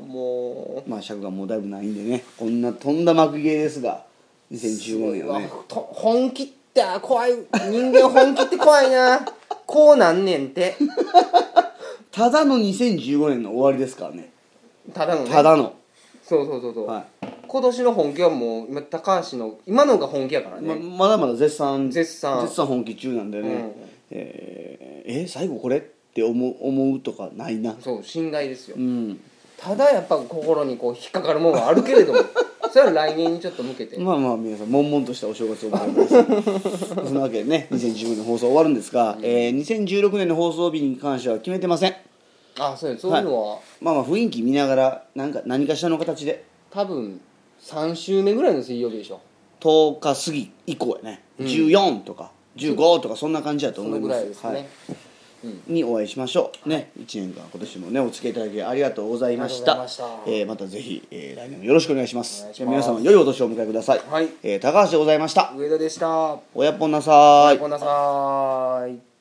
[SPEAKER 2] もう
[SPEAKER 1] まあ尺がもうだいぶないんでねこんなとんだ幕芸ですが2015年はね
[SPEAKER 2] と本気ってあ怖い人間本気って怖いなこうなんねんって
[SPEAKER 1] ただの2015年の終わりですからね
[SPEAKER 2] ただのね
[SPEAKER 1] ただの、
[SPEAKER 2] そうそうそうそう、
[SPEAKER 1] は
[SPEAKER 2] 今年の本気はもう今高橋の今のが本気やから
[SPEAKER 1] い、
[SPEAKER 2] ね、
[SPEAKER 1] ままだまだ絶賛
[SPEAKER 2] 絶賛
[SPEAKER 1] 絶賛本気中なんでね、
[SPEAKER 2] うん
[SPEAKER 1] えーえ最後これって思う思うとかないな
[SPEAKER 2] そう侵害ですよ、
[SPEAKER 1] うん
[SPEAKER 2] ただやっぱ心にこう引っかかるもんはあるけ れどもそれは来年にちょっと向けて、
[SPEAKER 1] まあまあ皆さん悶々としたお正月を迎えます そんなわけでね2015年の放送終わるんですが、えー2016年の放送日に関しては決めてません
[SPEAKER 2] あそうやそういうのは、
[SPEAKER 1] まあまあ雰囲気見ながらなんか何かしらの形で
[SPEAKER 2] 多分3週目ぐらいの水曜日でしょ
[SPEAKER 1] 10日過ぎ以降やね、
[SPEAKER 2] うん
[SPEAKER 1] 14とか15とかそんな感じだと
[SPEAKER 2] そ
[SPEAKER 1] 思
[SPEAKER 2] の
[SPEAKER 1] い
[SPEAKER 2] ぐ
[SPEAKER 1] ます
[SPEAKER 2] らいですね、
[SPEAKER 1] はいにお会いしましょう、ね1年間今年もねお付き合いいただきありがとうございました
[SPEAKER 2] ありがとうございました
[SPEAKER 1] えーまたぜひ、えー来年もよろしくお願いします
[SPEAKER 2] お願い
[SPEAKER 1] じ
[SPEAKER 2] します
[SPEAKER 1] ゃあ皆様良いお年をお迎えください、
[SPEAKER 2] はい
[SPEAKER 1] えー高橋でございました
[SPEAKER 2] 上田でした
[SPEAKER 1] 親ぽんなさ
[SPEAKER 2] は
[SPEAKER 1] ーい
[SPEAKER 2] い、ごめんなさーい